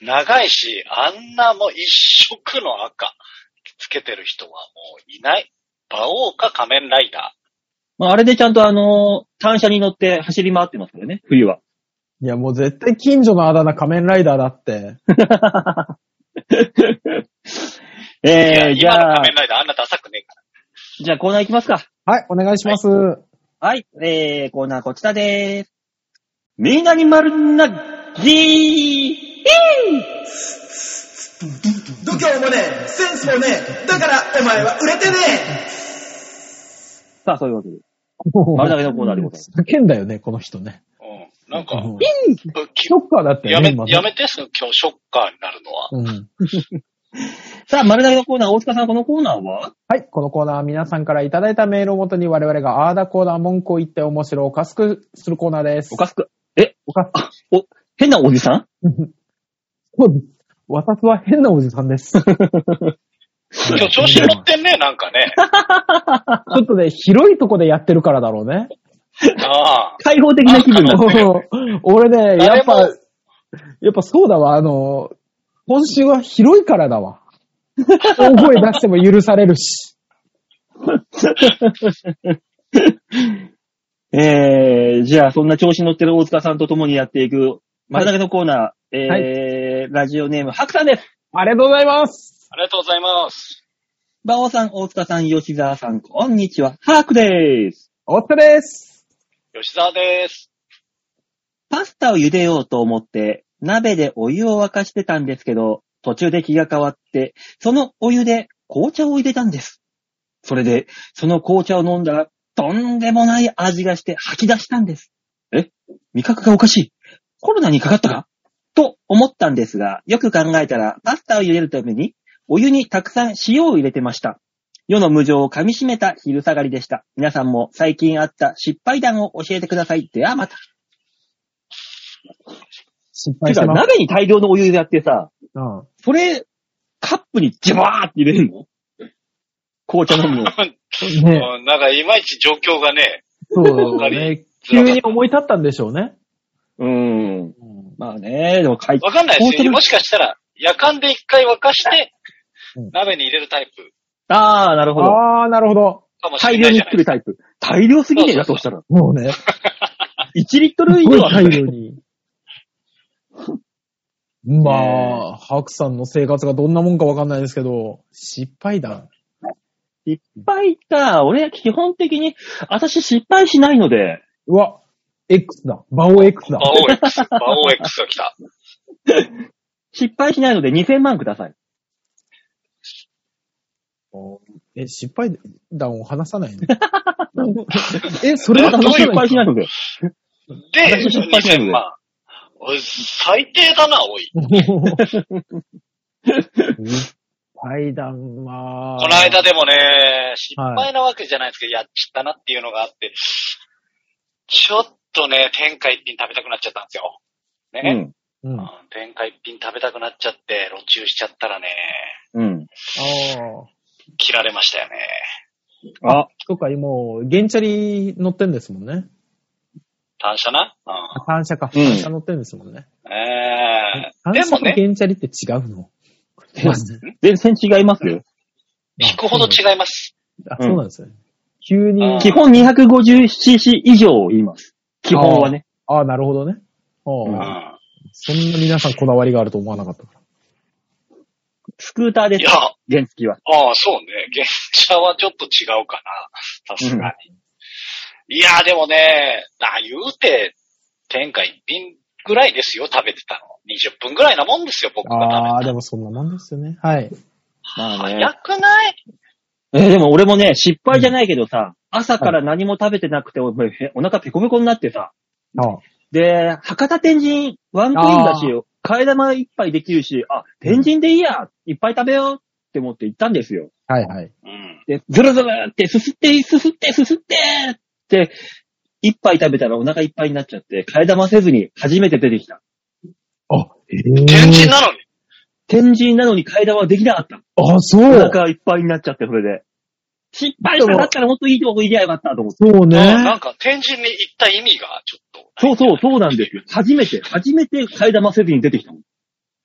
長いし、あんなもう一色の赤つけてる人はもういない。馬王か仮面ライダ
まあ、あれでちゃんとあのー単車に乗って走り回ってますよね、冬は。
いや、もう絶対近所のあだ名仮面ライダーだって。
ー。いや、
えー、じ
今の
ゃあ
仮面、ライダーあんなダサくねえから。
じゃあコーナー行きますか。
はい、お願いします。
はい、えー、コーナーこちらでーす。みんなに丸投げ
度胸もねえ、センスもねえ、だからお前は売れてね
さあ、そういうわけで。 丸投げのコーナーでございます。
ふざけんだよね、この人ね。
うん。なんか、
うん
うき
ショッカーだって
やめ、
今ね
やめてっすよ、今日ショッカーになるのは。
うん。
さあ、丸投げのコーナー、大塚さん、このコーナーは
はい、このコーナーは皆さんからいただいたメールをもとに我々があーだコーナー文句を言って面白おかしくするコーナーです。
おかすく、
おかし
変なおじさん
く。そうです。私は変なおじさん です。
今日調子乗ってんね、なんかね。
ちょっとね、広いとこでやってるからだろうね。
ああ。
開放的な気分だ。
俺ね、やっぱ、
誰も
やっぱそうだわ、あの、今週は広いからだわ。大声出しても許されるし。
えー、じゃあ、そんな調子に乗ってる大塚さんと共にやっていく、丸投げのコーナー、えー
は
ラジオネーム、白さんです。
ありがとうございます。
ありがとうございます。
馬王さん、大塚さん、吉沢さん、こんにちは。ハークでーす。
お疲れです。
吉沢です。
パスタを茹でようと思って、鍋でお湯を沸かしてたんですけど、途中で気が変わって、そのお湯で紅茶を入れたんです。それで、その紅茶を飲んだら、とんでもない味がして吐き出したんです。え味覚がおかしい。コロナにかかったかと思ったんですが、よく考えたら、パスタを茹でるために、お湯にたくさん塩を入れてました。世の無情を噛み締めた昼下がりでした。皆さんも最近あった失敗談を教えてください。ではまた。て
失敗し
か、
まし
鍋に大量のお湯でやってさ、
た。うん
それ、カップにジャバーって入れるの紅茶飲むの。
ね、
うんなんか、いまいち状況がね、
そうだね。急に思い立ったんでしょうね。
うん。まあね、でもかい、
わかんない
本
です
当に
よ。もしかしたら、夜間で一回沸かして
うん、
鍋に入れるタイプ
ああ、なるほど。
ああ、なるほど。
かもし
大
れ
量
ない
に
じゃな
作
い
るタイプ。大量すぎねえな、そ
そう
うしたら。
もうね、す
1リットル以
ご
上
い
は。
大量に。 まあ、白さんの生活がどんなもんかわかんないですけど、失敗談。
失敗か。俺、基本的に、私失敗しないので、
うわ、X だ。バオ X だ
バ。オ X、バオ X が来た。
失敗しないので2000万ください。
え、失敗談を話さないのえ、それは
私
話さ
失
な
敗
い
しないので。
で、
私失敗しないので
2000万。おい最低だな、おい。
失敗談は、
この間でもね、失敗なわけじゃないですけど、やっちゃったなっていうのがあって、ちょっとね、天下一品食べたくなっちゃったんですよ。
う
ね。
ん。
うん。
う
あ
ん天下一品食べたくなっちゃって、路中しちゃったらね、
うん。
あ。
切られましたよね。
あ、
とか、もう、ゲンチャリ乗ってんですもんね。
単車なう
あ単車か。
うん
単車乗ってんですもんね。
ん。えー、
単
で
車
も
と
ね、
ゲンチャリって違うの
全然違いますよ。
引くほど違います。
あ、そうなんですね。急に、
うん
基本 250cc 以上を言います。基本はね。
ああ、なるほどね。あ
う
うん
あ、
ん。
そんな皆さんこだわりがあると思わなかったから。
スクーターで
い
す
や、。あ
原付は。
あ、そうね。原車はちょっと違うかな。さすがに。いや、でもね、あ言うて、天下一品ぐらいですよ、食べてたの。20分ぐらいなもんですよ、僕
あ
が
あ、
食
で
べた。
もそんなもんですよね。はい。
まあね
早くない
えーでも俺もね、失敗じゃないけどさ、朝から何も食べてなくて、おへお腹ペコペコになってさ、
ああ
で、博多天神ワンコインだし、替え玉一杯できるし、あ、天神でいいや、いっぱい食べようっって思って行ったんですよ。
はいはい。
うん。
で、ズルズルって、すすって、すすって、すすってって、一杯食べたらお腹いっぱいになっちゃって、替え玉せずに初めて出てきた。
あ、え
天神なのに。
天神なのに替え玉できなかった。
あ、そ
お
う。
腹いっぱいになっちゃって、それで。失敗しただったらもっといいとこ行けばよかったと思って。
そうね。
あなんか天神に行った意味がちょっと。
そうそう、そうなんですよ。初めて、初めて替え玉せずに出てきたもん。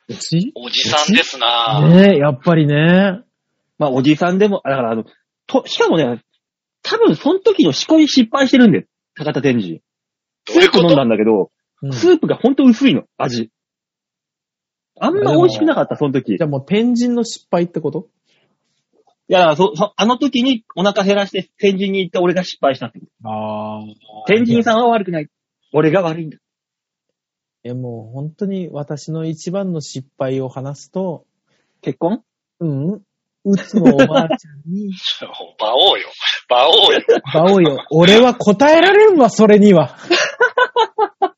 うち
おじさんですなぁ。
ねやっぱりね。
まあ、おじさんでも、だからあの、と、しかもね、多分その時の仕込み失敗してるんだよ。高田天神。
どういうこ
スープ飲んだ
と
んだけど、
うん
スープがほんと薄いの、味。あんま美味しくなかった、その時。い
じゃあもう天神の失敗ってこと
や、そ、そ、あの時にお腹減らして天神に行って俺が失敗したってこと。
ああ。
天神さんは悪くない。俺が悪いんだ。
いやもう本当に私の一番の失敗を話すと、
結婚
うん、うつのおばあちゃん に、
馬王よ。馬王よ。
バオよ、俺は答えられんわ、それには。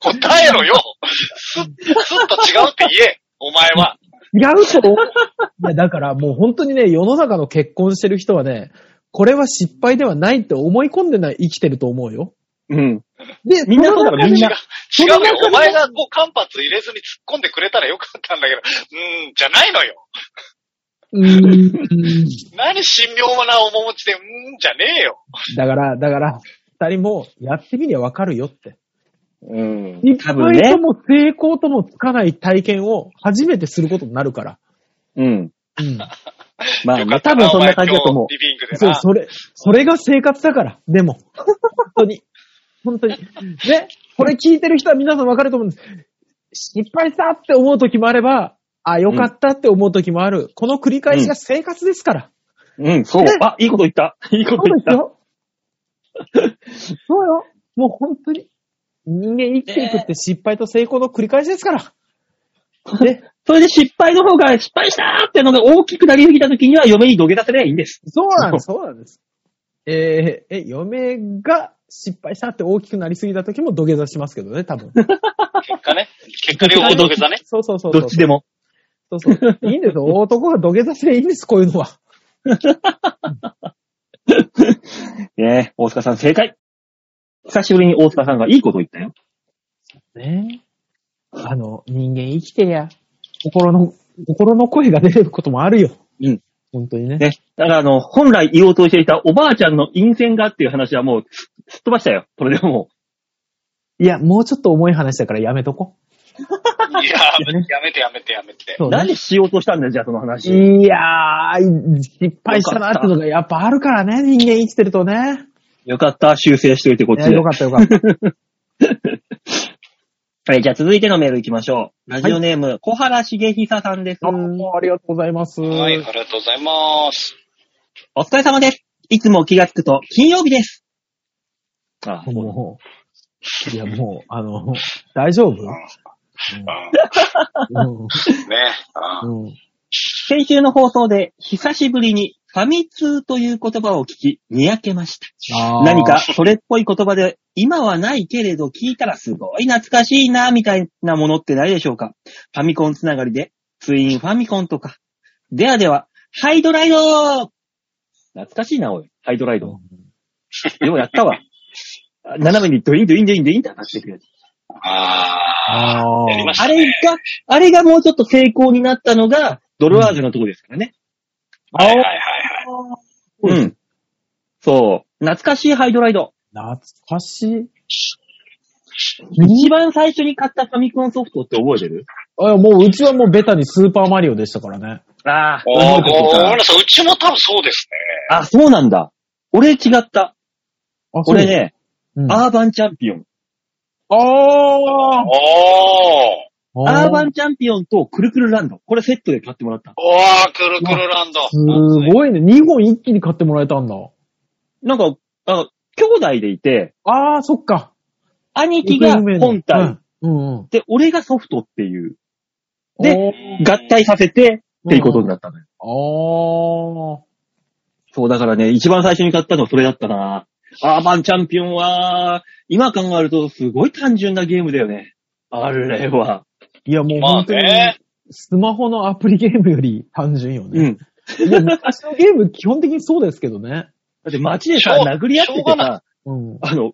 答えろよ。す、すっと違うって言え。お前は。
違うといや、だからもう本当にね、世の中の結婚してる人はね、これは失敗ではないって思い込んでない生きてると思うよ。
うん。
で、
みんなそうだ
の
から
中
みん
に
な。
違うよ。お前がこう間髪入れずに突っ込んでくれたらよかったんだけど、うーん、じゃないのよ。
うーん
何神妙な面持ちで、うーん、じゃねえよ。
だから、だから、二人もやってみりゃわかるよって。
うん
一
多分
敗
ね
と。も成功ともつかない体験を初めてすることになるから。
うん。
うん。
まあ
よか
ね、
った
多
な
分そんな感じだと思
お前今日リビングでな。
そう、それ、それが生活だから。でも、本当に、本当に。ね、これ聞いてる人は皆さんわかると思うんです。失敗したって思う時もあれば、あ、よかったって思う時もある。この繰り返しが生活ですから。
う。うん、そう。あ、いいこと言った。 いいこと
そう
言っ
です
た。
よ。 そうよ。もう本当に。人間生きていくって失敗と成功の繰り返しですから。
で、それで失敗の方が失敗したーってのが大きくなりすぎた時には嫁に土下座すればいいんです。
そうなんです、 そうなんです。えーえ、嫁が失敗したって大きくなりすぎた時も土下座しますけどね、多 分。
結果ね。結果両方土下 座ね。
そうそうそうそう。
どっちでも。
そうそう。いいんです よ。男が土下座すりゃいいんです、こういうのは。
ねえ、大塚さん正解。久しぶりに大塚さんがいいこと言ったよ。
ねあの、人間生きてりゃ、心の、心の声が出ることもあるよ。
うん。
本当にね。
ね。だからあの、本来言おうとしていたおばあちゃんの陰線がっていう話はもうす、すっ飛ばしたよ。それでも、
いや、もうちょっと重い話だからやめとこ
いやー、やめてやめてやめて。
そううね
何しようとしたんだよ、じゃあその話。
いやー、失敗したなってのがやっぱあるからね、人間生きてるとね。
よかった、修正しといてこっ
い
ち
や
で
よ。かったよか った。
はい、じゃあ続いてのメール行きましょう。ラジオネーム、小原茂久さんです。
あありがとうございます。
はい、ありがとうございます。
お疲れ様です。いつも気がつくと金曜日です。あ、
もう、いやもう、あの、大丈夫、
う
うん
んね。うん
うん
先週の放送で久しぶりにファミ通という言葉を聞き、にやけました。
あー
何かそれっぽい言葉で、今はないけれど聞いたらすごい懐かしいな、みたいなものってないでしょうかファミコンつながりで、ツインファミコンとか。ではでは、ハイドライド懐かしいな、おい。ハイドライド。ようやったわ。あ斜めにドインドインドインドインって話してくれる。
あ
あ
ー。
ー
やりまし
あ
た
れ
ね。
が、あれがもうちょっと成功になったのが、ドルワーズのとこですからね。
はいはいはいはい。
うん。そう。懐かしいハイドライド。
懐かしい。
一番最初に買ったファミコンソフトって覚えてる
あもううちはもうベタにスーパーマリオでしたからね。
ああ
あー、ごめんなさい。うちも多分そうですね。
あ、そうなんだ。俺違った。
あ
俺、ね、
そううん
アーバンチャンピオン。
あー
おー。
アーバンチャンピオンとクルクルランド。これセットで買ってもらった。
おー、くるくるランド。
すごいね。2本一気に買ってもらえたんだ。
なんか、あ兄弟でいて、
あー、そっか。
兄貴が本体、
うん。うんうん。
で、俺がソフトっていう、で
で
合体させてっていうことになったのよ。
あー。
そう、だからね、一番最初に買ったのはそれだったな。アーバンチャンピオンは、今考えるとすごい単純なゲームだよね。あれは。
いや、もう
まあ
本当に
ね、
スマホのアプリゲームより単純よ
う
ね。
ん。
いや、昔のゲーム基本的にそうですけどね。
って街でさ
しょ、う
殴り合って
してょうが
さ、
うん。
あの、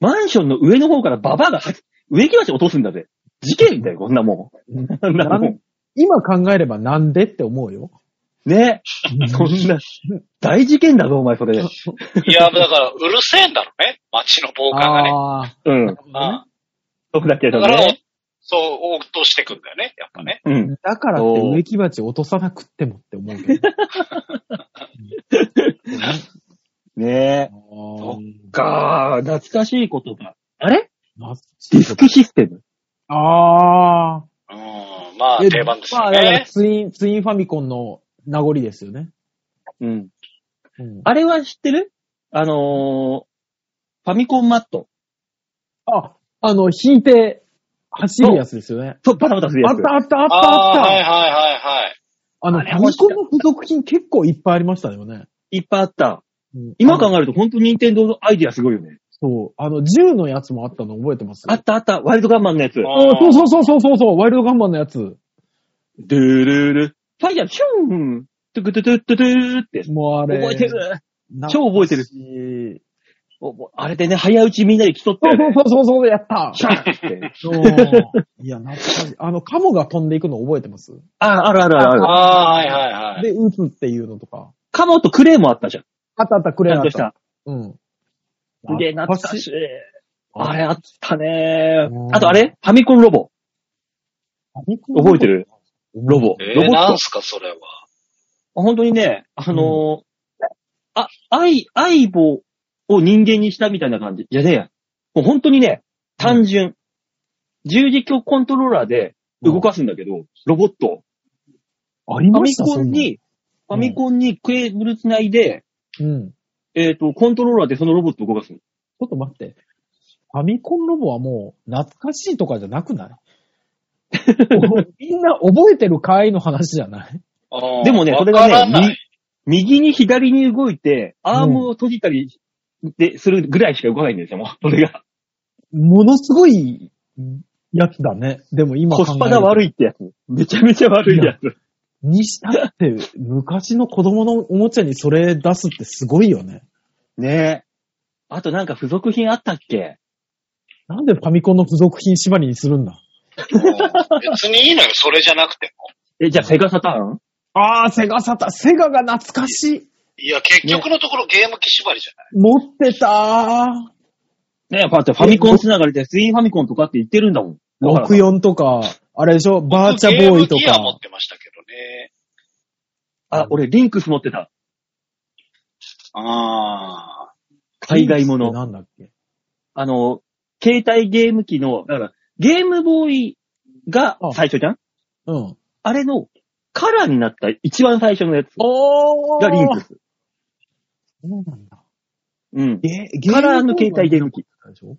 マンションの上の方からババアがは植木鉢落とすんだぜ。事件だよ、こんなもん。こんなもん。
今考えればなんでって思うよ。
ね。そんな、大事件だぞ、お前、それ。
いや、だから、うるせえんだろうね。街の防寒がね。
ああ。
うん。
あ
そうだけ
だ
ど
から、
ね。
そう、落としてくんだよね。やっぱね。
うん。
だからって植木鉢落とさなくってもって思うけど。
ねえ。
あ
かー、懐かしい言葉。あれ
あ。
ディスクシステム。
ああ。
うん。まあ、
え
定番です
ま
よ
あ、だから
ね。
ツイン、ツインファミコンの名残ですよね。
うん。
うん、
あれは知ってるあのー、ファミコンマット。
あ、あの、引いて走るやつですよね。
そう、バタバタする
あ
や
っ
つ。
たあったあったあっ
ああ
た
ー、
あ,、
はいはいはいはい。
の、
あ
フ
れ
ァミコンの付属品結構いっぱいありましたよね。
いっぱいあった。
うん
今考えると本当に任天堂のアイディアすごいよね。
そう。あの、銃のやつもあったの覚えてます
あったあった、ワイルドガンマンのやつ。
あ
あそうそうそうそうそうそう、ワイルドガンマンのやつ。
ドゥルル。ファイヤー、シューントゥクトゥトゥトゥトゥって。
もうあれ。
覚えてる。
懐かしい
超覚えてる。おもうあれでね、早打ちみんなで競った
そう
よね。
そうそうそう、やった。
シャーンって。
そういや、懐かしい。あの、カモが飛んでいくの覚えてます
あ、あるあるあるある。
ああ、はいはいはい。
で、撃つっていうのとか。
カモとクレーもあったじゃん。
あったあった、ク
ち
レア
ゃん
だっ
とした。
うん。
で、懐かしい。あれ
フ
あったね
う。ん
あとあれファミコンロボ。
ァミコン
覚えてるロボ。
え
ロ
ー、
ボ
な
ッ
んすか、それは。
ト。本当にね、あのー、あ、アイ、アイボを人間にしたみたいな感じ。いやねえや。もう本当にね、単純。十字鏡コントローラーで動かすんだけど、ロボットを。
あり
ファ
ま
ミ
した
コン、に、フ
そ
ァ
んなの
ミコンにケーブル繋いで、
そんなのうん。ち
えっと、コントローラーでそのロボットを動かすの。
ょっと待って。ファミコンロボはもう、懐かしいとかじゃなくない みんな覚えてる回の話じゃない
あー
でもね、それ
わから
が
な
ね
い。、
み右に左に動いて、アームを閉じたりでするぐらいしか動かないんですよ、もう。それが。
ものすごいやつだね。でも今考
コ
え
スパが悪
い。
いってやつ。めちゃめちゃ悪いやつ。
にしたって、昔の子供のおもちゃにそれ出すってすごいよね。
ねえ。あとなんか付属品あったっけ
なんでファミコンの付属品縛りにするんだ
うん別にいいのよ、それじゃなくても。
え、じゃあセガサターン
ああ、セガサタ、セガが懐かしい。
いや、結局のところ、ゲーム機縛りじゃない。
持ってた
ねえ、パってファミコンつながりでスインファミコンとかって言ってるんだもん。だから
64とか、あれでしょバーチャボーイと
僕ゲームギア持っ
か。
てましたけどね。
あ、俺リンクス持ってた。
ああ。
海外もの。
なんだっけ
あの、携帯ゲーム機の、だから、ゲームボーイが
あ
最初じゃんあ
うん。
れのカラーになった一番最初のやつ
お
がリンクス。
そうなんだ。
うん。
ゲ
カラーの携帯ゲーム機。
でしょ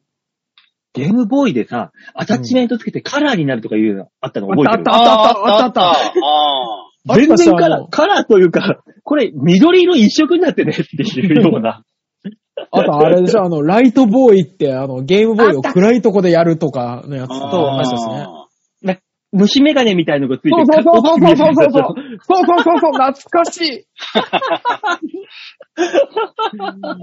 ゲームボーイでさ、アタッチメントつけてカラーになるとかいうのあったの覚えてる
あったあったあったあった
あ
あ
あ
った
全然カ
あ
ラー、
の
カラーというか、これ緑色一色になってねっていうような。
あとあれでしょあの、ライトボーイって、あの、ゲームボーイを暗いとこでやるとかのやつ
ー。
と
あ
同
ー
じですね。
虫眼鏡みたいのがついて
そうそうそうそうそうそうそう。
う。
そうそうそうそう、懐かしい。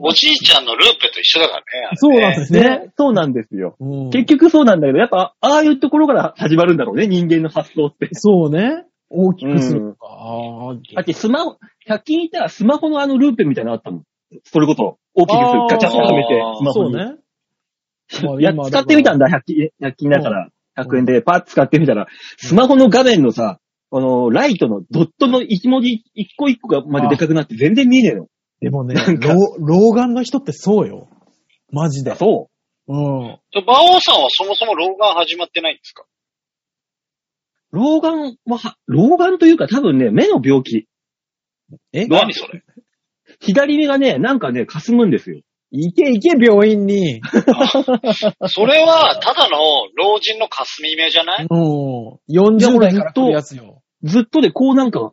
おじいちゃんのルーペと一緒だからね。あれね
そうなんですね。
ね、そうなんですよ。
うん
結局そうなんだけど、やっぱ、ああいうところから始まるんだろうね、人間の発想って。
そうね。大きくす
う
る
ん
とか。ああ、
だってスマホ、100均いたらスマホのあのルーペみたいなのあったもん。それこそ、大きくする
あー
ガチャッとはめて、
あー
スマ
そ
ホ
う
に。
ね。
いや、使ってみたん
だ。
だ、100均、100均だから。100円でパッ使ってみたら、スマホの画面のさ、この、ライトのドットの一文字一個一個がまででかくなって全然見えねえの。
でもね、
なんか
老老眼の人ってそうよ。マジで。
そ
うん。
馬王さんはそもそも老眼始まってないんですか
う。老眼はは、老眼というか多分ね、目の病気。
え
何それ
左目がね、なんかね、霞むんですよ。
いけいけ、病院に。
それは、ただの老人の霞目じゃない
もう、
いや
40
俺
代から来るやつよ。
ずっとで、こうなんか、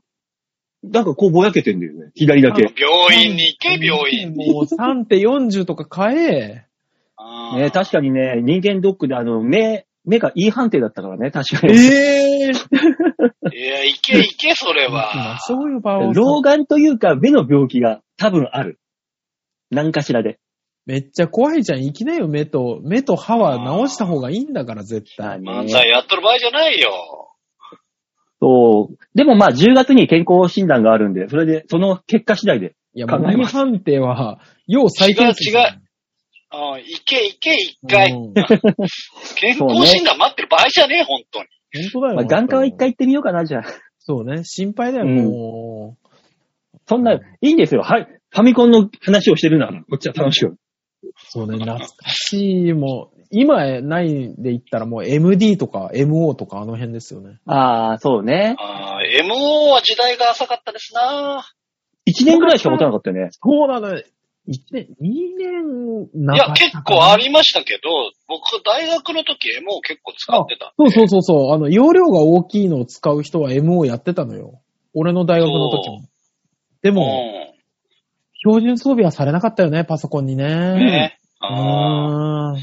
なんかこうぼやけてんだよね。左だけ。
病院に行け、病院に。
もう3手40とか買え。
あー
ね、確かにね、人間ドックであの、目、目が E 判定だったからね、確かに。
ええ
いや、いけいけ、それは。
そういう場を。
老眼というか、目の病気が多分ある。何かしらで。
めっちゃ怖いじゃん。生きなよ、目と。目と歯は直した方がいいんだから、絶対。
まあ
漫
ね
才やっとる場合じゃないよ。
そう。でもまあ、10月に健康診断があるんで、それで、その結果次第で。
いや、
考え
も
ます
う、判定は、要再検査
違う違ううん、いけいけ、一回。
うん
健康診断待ってる場合じゃねえ、本当に。
本当だよ。
まあ、眼科は一。回行ってみようかな、じゃあ。
そうね。心配だよ、
うん
も
そんな、いいんですよ。はい。ファミコンの話をしてるなら、こっちは楽しく。
う。そうね、懐かしい。もう、今ないで言ったらもう MD とか MO とかあの辺ですよね。
ああ、そうね。
あー MO は時代が浅かったですな
1年ぐらいしか持たなかったよね。
そうなのよ。1年、2年
い
な
や
か、ったかな
結構ありましたけど、僕、大学の時 MO 結構使ってた。
そうそうそうそう。あの、容量が大きいのを使う人は MO やってたのよ。俺の大学の時も。で
う
も、標準装備はされなかったよね、パソコンに
ん。
ね。
ね。
う
あ
ー
ー
ん。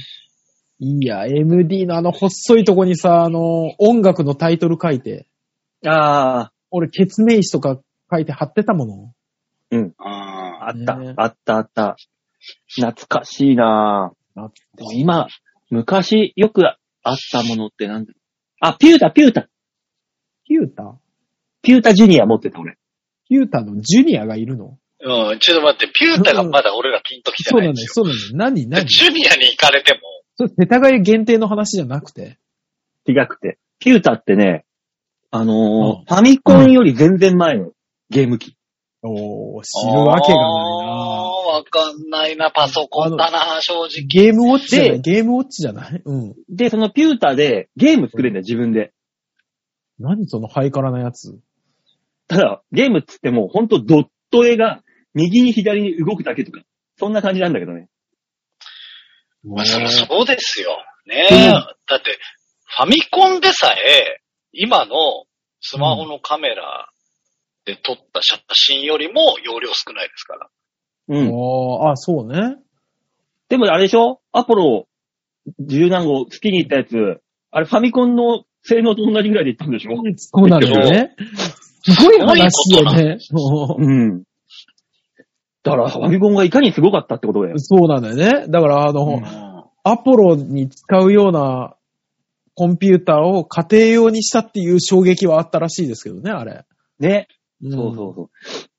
いや、MD のあの細いとこにさ、あの、音楽のタイトル書いて、
ああ、
俺、ケツメイシとか書いて貼ってたもの。
あ
あった
ね、
あった、あった。懐かしいなぁ。でも今、昔よくあったものってなんだあ、ピュータ、ピュータ。
キュータ
ピュータジュニア持ってた、俺。
キュータのジュニアがいるの
ーうん、ちょっと待って、ピュータがまだ俺らピンときて
そう
ない
なんの
で
よ、
すよ。
そうなのよ。何、何
ジュニアに行かれても、
それ、世田谷限定の話じゃなくて。
違くて。ピュータってね、あのー
うん
ファミコンより全然前のゲーム機。
おー、知るわけがないなぁ
あーわかんないな、パソコンだな、正直。
ゲームウォッチじゃな
で
いゲームウォッチじゃないうん。
で、そのピュータでゲーム作れるんだよ、自分で。
何そのハイカラなやつ。
ただ、ゲームっつっても、ほんとドット絵が右に左に動くだけとか、そんな感じなんだけどね。
まあ、そりゃそうですよ。ね
うん
え、だって、ファミコンでさえ、今のスマホのカメラで撮った写真よりも容量少ないですから。
う
あ
ん。
ーあ、そうね。
でもあれでしょアポロ十何号月に行ったやつ、あれファミコンの性能と同じぐらいで行ったんでしょ
そうなんだよね。すごい話よね。そう
うん。だから、ファミコンがいかにすごかったってことだよ。
そうなんだよね。だから、あの、
うん
アポロに使うようなコンピューターを家庭用にしたっていう衝撃はあったらしいですけどね、あれ。
ね。
うん
そうそうそう。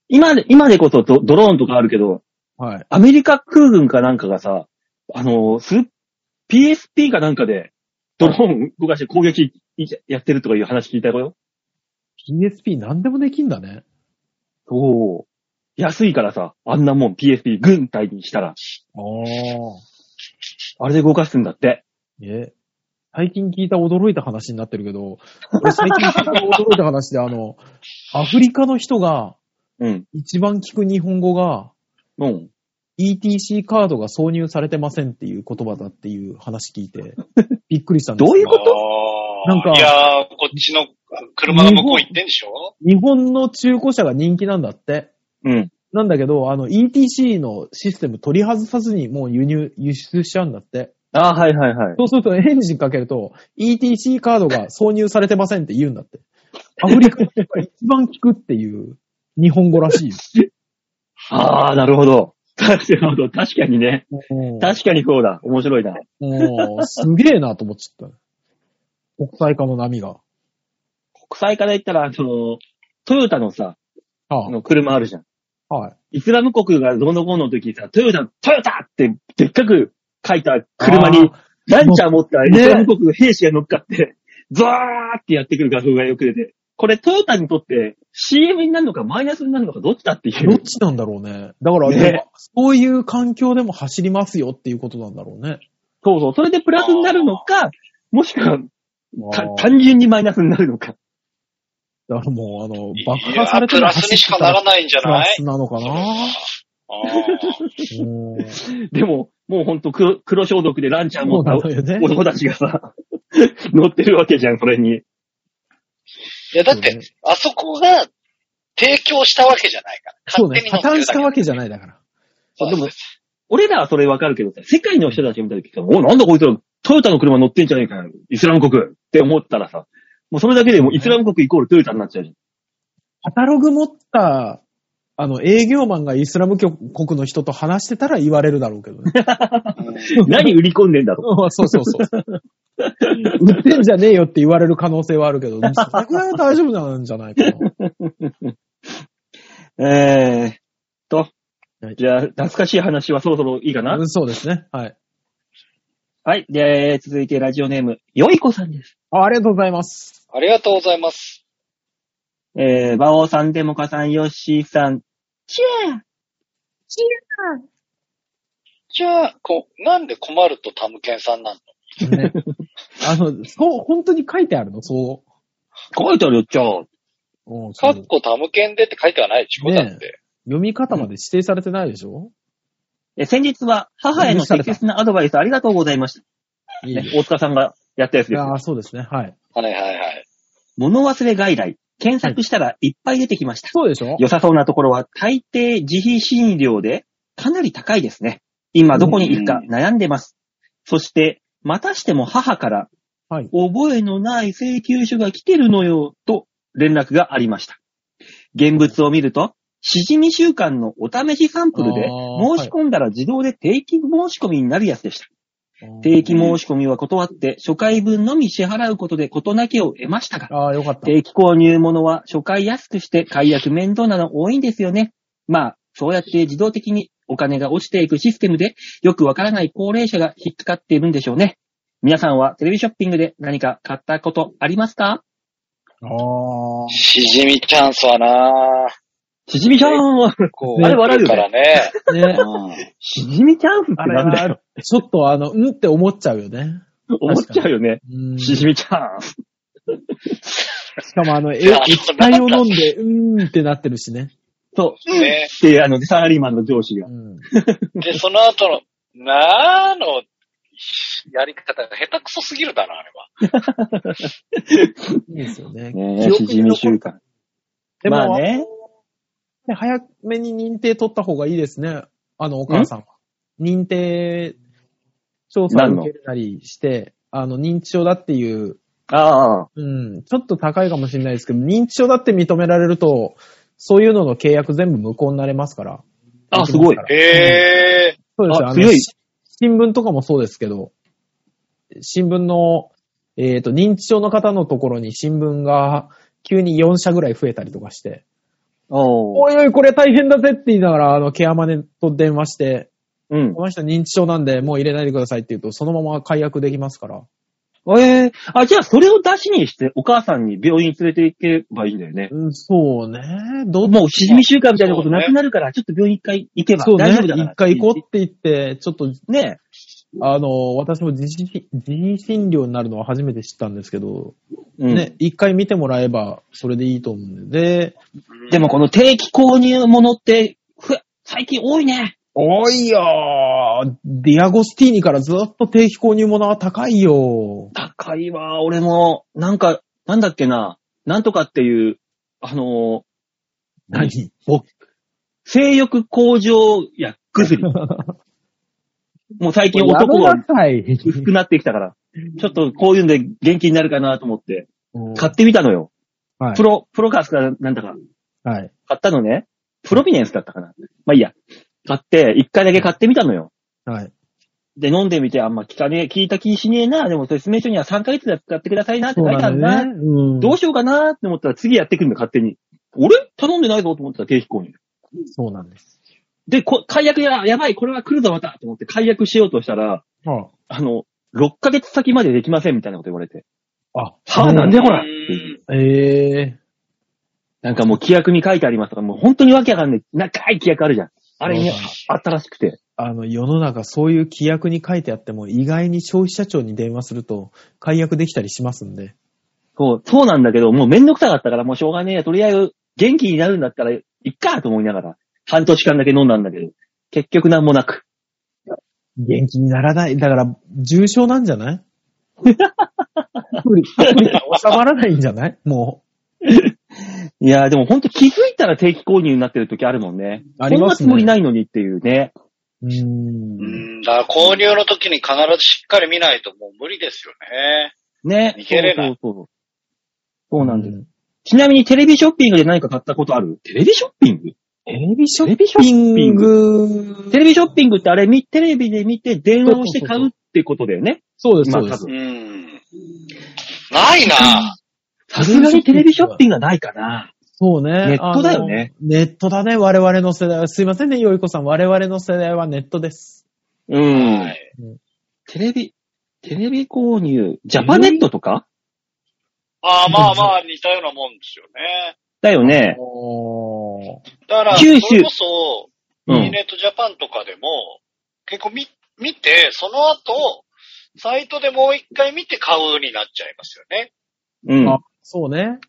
今で、今でこそドドローンとかあるけど、
はい。
アメリカ空軍かなんかがさ、あのー、ス PSP かなんかで、ドローン動かして攻撃いやってるとかいう話聞いたよ。
PSP 何でもできんだね。
おお。安いからさ、あんなもん PSP 軍隊にしたら、
ああ。
あれで動かすんだって。
え、最近聞いた驚いた話になってるけど、俺最近聞いた驚いた話で、あの、アフリカの人が
うん。
一番聞く日本語が、
うん。
ETC カードが挿入されてませんっていう言葉だっていう話聞 いて、びっくりしたんです
どうい
け
う
ど
こと
あー
なんか
いやー、こっちの車の向こう行ってんでしょ
日本の中古車が人気なんだって。
うん。
なんだけど、あの、ETC のシステム取り外さずにもう輸入、輸出しちゃうんだって。
ああ、はいはいはい。
そうするとエンジンかけると、ETC カードが挿入されてませんって言うんだって。アフリカの人が一番聞くっていう日本語らしいよ。
ああ、なるほど。なるほど。確かにね。
うん
確かにそうだ。面白いな。
もう、すげえなと思っちゃった。国際化の波が。
国際化で言ったら、その、トヨタのさ、
あ
あの車あるじゃん。
あはい。
イスラム国がどうのこうのの時にさ、トヨタ、トヨタってでっかく書いた車に、ランチャー持ったイ
ね
スラム国の兵士が乗っかって、ザーってやってくる画像がよく出て、これトヨタにとって CM になるのかマイナスになるのかどっちだってい
どっ
う。
ちなんだろうね。だから、
ね
でもそういう環境でも走りますよっていうことなんだろうね。
そうそう。それでプラスになるのか、もしくは、た
あー
単純にマイナスになるのか。
だからもう、あの、
い
爆
や
破され
ー、
ても
プラスにしかならないんじゃ
プラ
ない
スなのかな
あ
うん
でも、もうほんと黒黒消毒でランチャー持
そ
っ
うな
た
のよね。
男たちがさ、乗ってるわけじゃん、それに。
ーいや、だって、あそこが提供したわけじゃないから。
そう
勝手
ね破綻
に。乗ってるだ
し
け
たわけじゃないだから。
そう
で
で
も
も、
俺らはそれわかるけどさ、世界の人たち見たときさ、お、なんだこいつらトヨタの車乗ってんじゃねえかよ。イスラム国って思ったらさ、もうそれだけでもうイスラム国イコールトヨタになっちゃうじ
カタログ持った、あの、営業マンがイスラム局国の人と話してたら言われるだろうけどね。
ゃん。何売り込んでんだと。
うん そうそうそう。 売ってんじゃねえよって言われる可能性はあるけど、それぐらいは大丈夫なんじゃないかな。
えーっと
はい、
じゃあ、懐かしい話はそろそろいいかな
うんそうですね。はい。
はい。で、続いてラジオネーム、よいこさんです。
あありがとうございます。
ありがとうございます。
えー、馬王さん、デモカさん、ヨッシーさん、チェー
じゃあ、こ、なんで困るとタムケンさんな の
ね、あの、そう、本当に書いてあるのそう。
書いてあるよ、ちょ。
うんそ
か
う
っこタムケンでって書いてはないでしょ、
ねえ
だって。
読み方まで指定されてないでしょ、
えー先日は母への適切なアドバイスありがとうございました。
いい
ね大塚さんがやったやつです。
ああ、そうですね。はい。
はいはいはい。
物忘れ外来。検索したらいっぱい出てきました。
そうでしょ
良さそうなところは大抵自費診療でかなり高いですね。今どこに行くか悩んでます。そして、またしても母から、
はい
覚えのない請求書が来てるのよ、と連絡がありました。現物を見ると、しじみ週間のお試しサンプルで
あー
申し込んだら自動で定期申し込みになるやつでした。定期申し込みは断って、初回分のみ支払うことで事なきを得ましたが、
ああ、よかった。
定期購入ものは初回安くして解約面倒なの多いんですよね。まあ、そうやって自動的にお金が落ちていくシステムで、よくわからない高齢者が引っかかっているんでしょうね。皆さんはテレビショッピングで何か買ったことありますか
ああ。
しじみチャンスはなぁ。
しじみちゃん は、
こ
あれ笑うよね
からね。
ね。
しじみチャンスって
あれ
なんだよ。
は、ちょっとあの、うんって思っちゃうよね。
思っちゃうよね。
うん。
し
し
じみチャンス。
かもあの、え
いや
液体を飲んで、うーんってなってるしね。
そう。
ね。
で、あの、サラリーマンの上司が
う。ん。
で、その後の、なーの、やり方が下手くそすぎるだな、あれは。
いいですよね。
ねえしじみ週間。
でも、
まあね。
ね早めに認定取った方がいいですね。あの、お母さんは。認定調査を受けるなりして、あの、認知症だっていう、
ああ。
うん、ちょっと高いかもしれないですけど、認知症だって認められると、そういうのの契約全部無効になれますから。
あ、すごい。
へえ。
そうですよ。
あ
あ
強
の
い
し新聞とかもそうですけど、新聞の、えっ、と、認知症の方のところに新聞が急に4社ぐらい増えたりとかして、
お
おいおい、これ大変だぜって言いながら、あの、ケアマネと電話して、
うん。
この人認知症なんでもう入れないでくださいって言うと、そのまま解約できますから。
ええあ、じゃあそれを出しにして、お母さんに病院連れて行けばいいんだよね。
うん、そうね。どう
もう、しじみ週間みたいなことなくなるから、ちょっと病院一回行けば
そうね。
大丈夫だから。
一回行こうって言って、ちょっと
う。ね
あの、私も自費自費診療になるのは初めて知ったんですけど、
うん、
ね、一回見てもらえば、それでいいと思うんで、で、
でもこの定期購入物って、ふえ最近多いね。
おいよーディアゴスティーニからずっと定期購入物は高いよ
高いわ、俺も。なんか、なんだっけな。なんとかっていう、あの何
お
ー性欲向上や 薬。もう最近男
や
は
めなさい。
薄くなってきたから、ちょっとこういうんで元気になるかなと思って、
うん
買ってみたのよ。
はい
プロ、プロカスかなんだか、
はい。
買ったのね。プロビネンスだったかな。まあいいや。買って、一回だけ買ってみたのよ。
はい。
で、飲んでみて、あんま効かねえ、効いた気しねえな。でも、説明書には3ヶ月で使ってくださいなって
そう
書いてあ
な
るな。
んだね。うん。
どうしようかなって思ったら、次やってくるの、勝手に。俺頼んでないぞと思ってたら定期購入。
そうなんです。
で、こ解約や、やばい、これは来るぞまたと思って解約しようとしたら、
は
あの、6ヶ月先までできませんみたいなこと言われて。
あ。あ、
は
う
あ、
ん
なんでほら。
ええ
なんかもう規約に書いてありますとか、もう本当にわけわかんない。長い規約あるじゃん。あれに
そう
あ
だ
ったらしくて。
あの、世の中そういう規約に書いてあっても、意外に消費者庁に電話すると、解約できたりしますんで。
そう、そうなんだけど、もうめんどくさかったから、もうしょうがねえや。とりあえず、元気になるんだったら、いっかと思いながら、半年間だけ飲んだんだけど、結局なんもな く。
元気にならない。だから、重症なんじ ゃない無理。収まらないんじゃないも
いやーでも本当気づいたら定期購入になってる時あるもんね。
あります
そ
ね
んなつもりないのにっていうね。
うーん
う。ん、だから購入の時に必ずしっかり見ないともう無理ですよね。
ね。
いければ
そうそうそう。そうなんです。ちなみにテレビショッピングで何か買ったことあるテレビショッピング
テレビショッピング。
テレビショッピングってあれ、みテレビで見て電話をして買うってことだよね。
そうです、
まあ
そうで
多
す
分。
うん。ないな
さすがにテレビショッピングはないかな。
そうね。
ネットだよね
あの。ネットだね、我々の世代は。すいませんね、よいこさん。我々の世代はネットです。
う
は
ん。
い
テレビ、テレビ購入、ジャパネットとか
ああ、まあまあ似たようなもんですよね。
だよね。
おー。
だから、そ
九州
れこそ、
う
ミニ
ん。
ネットジャパンとかでも、結構見、見て、その後、サイトでもう一回見て買うになっちゃいますよね。
うん
あ。そうね。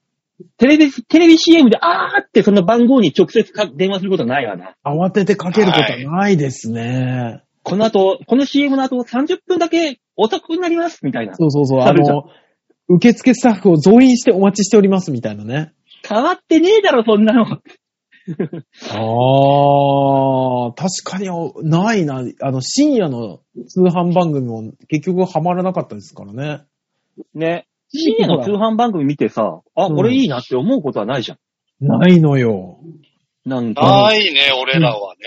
テレビ、テレビ CM で、あーってその番号に直接か電話することはないわな。
慌ててかけることはないですね。
この後、この CM の後30分だけお得になります、みたいな。
そうそうそう。
あ
あ
るじゃん
の、受付スタッフを増員してお待ちしておりますみたいなね。
変わってねえだろ、そんなの。
ああ、確かにお、ないな。あの、深夜の通販番組も結局ハマらなかったですからね。
ね。深夜の通販番組見てさ、あ、
うん
これいいなって思うことはないじゃん。
ないのよ。
なん
な
か、
いね、俺らはね。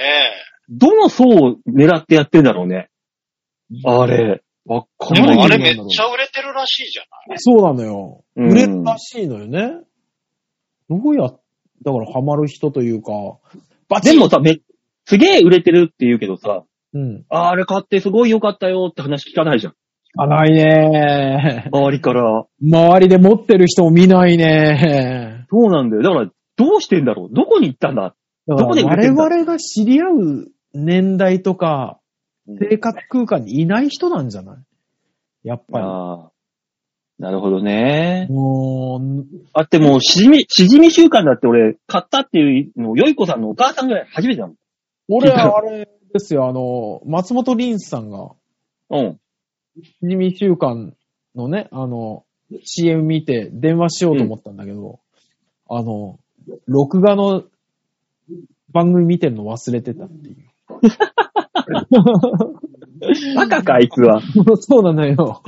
どの層を狙ってやってんだろうね。あれ、わかん
で
ない
もあ
け
れ
ど
めっちゃ売れてるらしいじゃない。
そうなのよ。
うん
売れるらしいのよね。どうや、だからハマる人というか、バチ
で
ン
もさ、め、すげえ売れてるって言うけどさ、
うん。
ああれ買ってすごい良かったよって話聞かないじゃん。
あ、ないね
周りから。
周りで持ってる人を見ないね
そうなんだよ。だから、どうしてんだろうどこに行ったんだ
だ
どこで売れて
我
んだ
々が知り合う年代とか、
うん
生活空間にいない人なんじゃないやっぱ
ああ。なるほどね
り。。もう、
あってもう、しじみ、しじみ習慣だって俺、買ったっていうのを、よいこさんのお母さんぐらい初めてだもん。
俺
聞いた
はあれですよ、あの、松本凛さんが、
うん。
しじみ週間のね、あの、CM 見て電話しようと思ったんだけど、あの、録画の番組見てるの忘れてたっていう。
バカか、あいつは。
そうなのよ。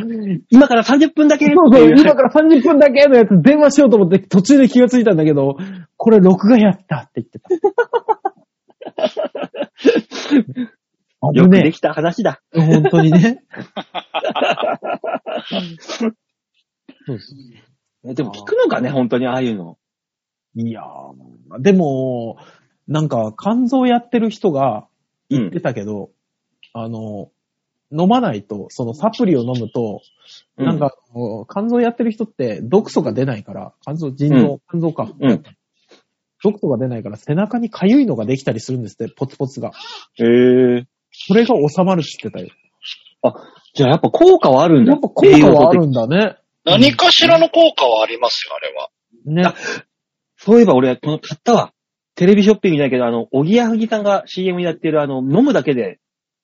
今から30分だけって
そうそう、
いう
今から30分だけのやつ電話しようと思って途中で気がついたんだけど、これ録画やったって言ってた。
よ
危
くで
ね
きた話だ。
え。本当にね。そうそう
でも聞くのかね、本当にああいうの。
いやー、でも、なんか肝臓やってる人が
うん
出。たけど、あの、飲まないと、そのサプリを飲むと、なんか、こう肝臓やってる人って毒素が出ないから、肝臓、腎臓、肝臓か。
うん、うん。
毒素が出ないから背中に痒いのができたりするんですって、ポツポツが。
へえ。
それが収まるって言ってたよ。
じゃあやっぱ効果はあるんだ。
やっぱ効果はあるんだね。
何かしらの効果はありますよ、あれは。
ね。
そういえば俺、この買ったわ。テレビショッピングじゃないけど、あの、おぎやはぎさんが CM やってる、あの、飲むだけで、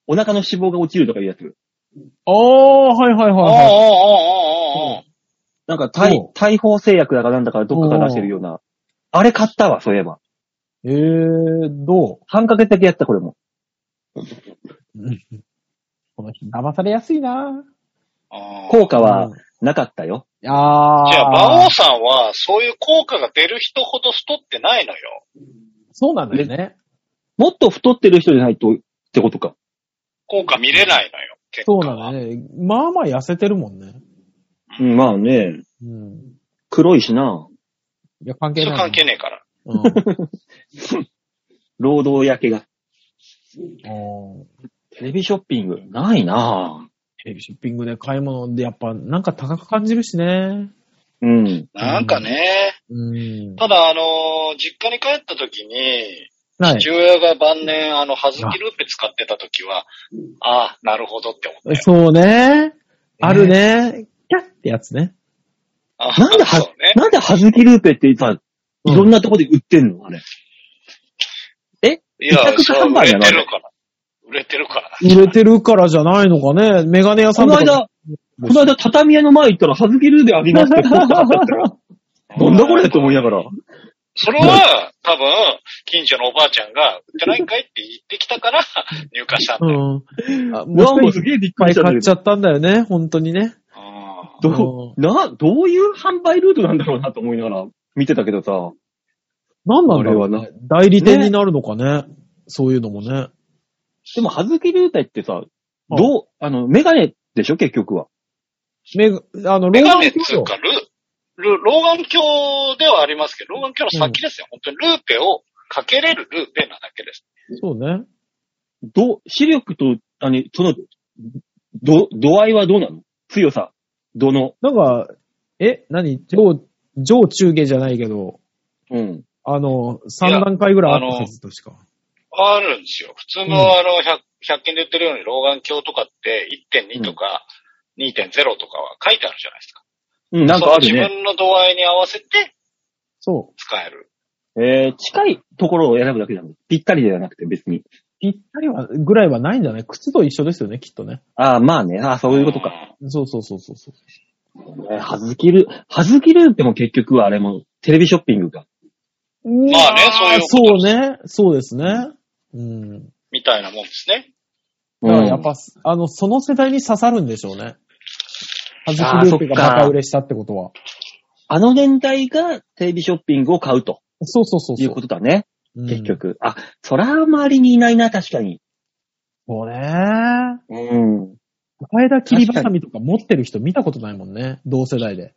お腹の脂肪が落ちるとかいうやつ。
ああ、はいはいはいはい。
ああ、ああ、ああ、ああ。
なんか、大
おう、
大砲製薬だかなんだか、どっかが出してるような。あれ買ったわ、そういえば。
えー、ど
半ヶ月だけやった、これも。
うこの人騙されやすいな
ああ
効果は
うん
なかったよ。
ああ。
じゃあ、馬王さんは、そういう効果が出る人ほど太ってないのよ。
そうなんだよね。
もっと太ってる人じゃないと、ってことか。
効果見れないのよ、結果
そう
は。
なんだよね。まあまあ痩せてるもんね。
うん、まあね、
うん。
黒いしな。
いや、関係
そ
な
れ
い。
関係
ない。
ねえから。
うん。
労働焼けが。
あー
テレビショッピング、ないなぁ。
テレビショッピングで買い物でやっぱなんか高く感じるしね。
うん。
なんかね、
うん。
ただあのー実家に帰った時に、
はい
父。親が晩年、あの、はずきルーペ使ってた時は、ああ、なるほどって思ったよ。
そうね。あるね。キャッってやつね。
ああ
なんでは
そう、ね。
なんではずきルーペってさ、
うん
いろんなとこで売ってんのあれ。
いや、
自
そ
宅看
う、売
板や
れ
な
てるから。売れてるから。
売れてるからじゃないのかね。メガネ屋さ
こ
ん
の
とか。
間、この間 畳屋の前行ったら、はずきルーペあげますってポスター貼ってあったよなんだこれって思いながら。
それは、多分、近所のおばあちゃんが、売ってないんかいって言ってきたから、入荷したんだよ。
うん。あ、
う
も
わ、も
う
う
一
すげえびっく
回
りしたんだ
買
け
っちゃ
ど。
ったんだよね、本当にね。
うん
どう、な、どういう販売ルートなんだろうなと思いながら見てたけどさ。
なんなんだろ
あ
う、
れは
ね、代理店になるのかねそういうのもね。
でも、はずき流体ってさ、
うん
どう、あの、メガネでしょ結局は。
メガ、あの、
メ
老
ガ
眼
ネっつう
鏡
か、ル、ル、老眼鏡ではありますけど、老眼鏡の先ですよ。本当にルーペをかけれるルーペなだけです。
そうね。
どう、視力と、あの、その、ど、度合いはどうなの強さ。どの。
なんか、え、何上、上中下じゃないけど、
うん。
あの、3段階ぐらいあったはずとしか。
あるんですよ。普通
うん
のあの100、100均で売ってるように老眼鏡とかって1.2とか2.0とかは書いてあるじゃないですか。
うん、なんかある
その
ね。
自分の度合いに合わせて
そ
使える。
えー、近いところを選ぶだけじゃん。ぴったりではなくて、別に。
う。ぴったりは、ぐらいはないんじゃない靴と一緒ですよね、きっとね。
ああ、まあね。ああ、そういうことか。
ん。
そうそうそうそうそう。
えーはずきる、はずきるっても結局はあれも、テレビショッピングか。
まあねそういうこと
そうね。そうですね。うん。
みたいなもんですね。
だからやっぱ、あの、その世代に刺さるんでしょうね。はず
あー
きルーペが
そっか
バカ売れしたってことは。
あの年代がテレビショッピングを買うと
そうそうそう
い
そうう
こ。とだね。
うん
結。局。あ、そら周りにいないな、確かに。
そうね。
うん。
前田切りばさみとか持ってる人見たことないもんね。同世代で。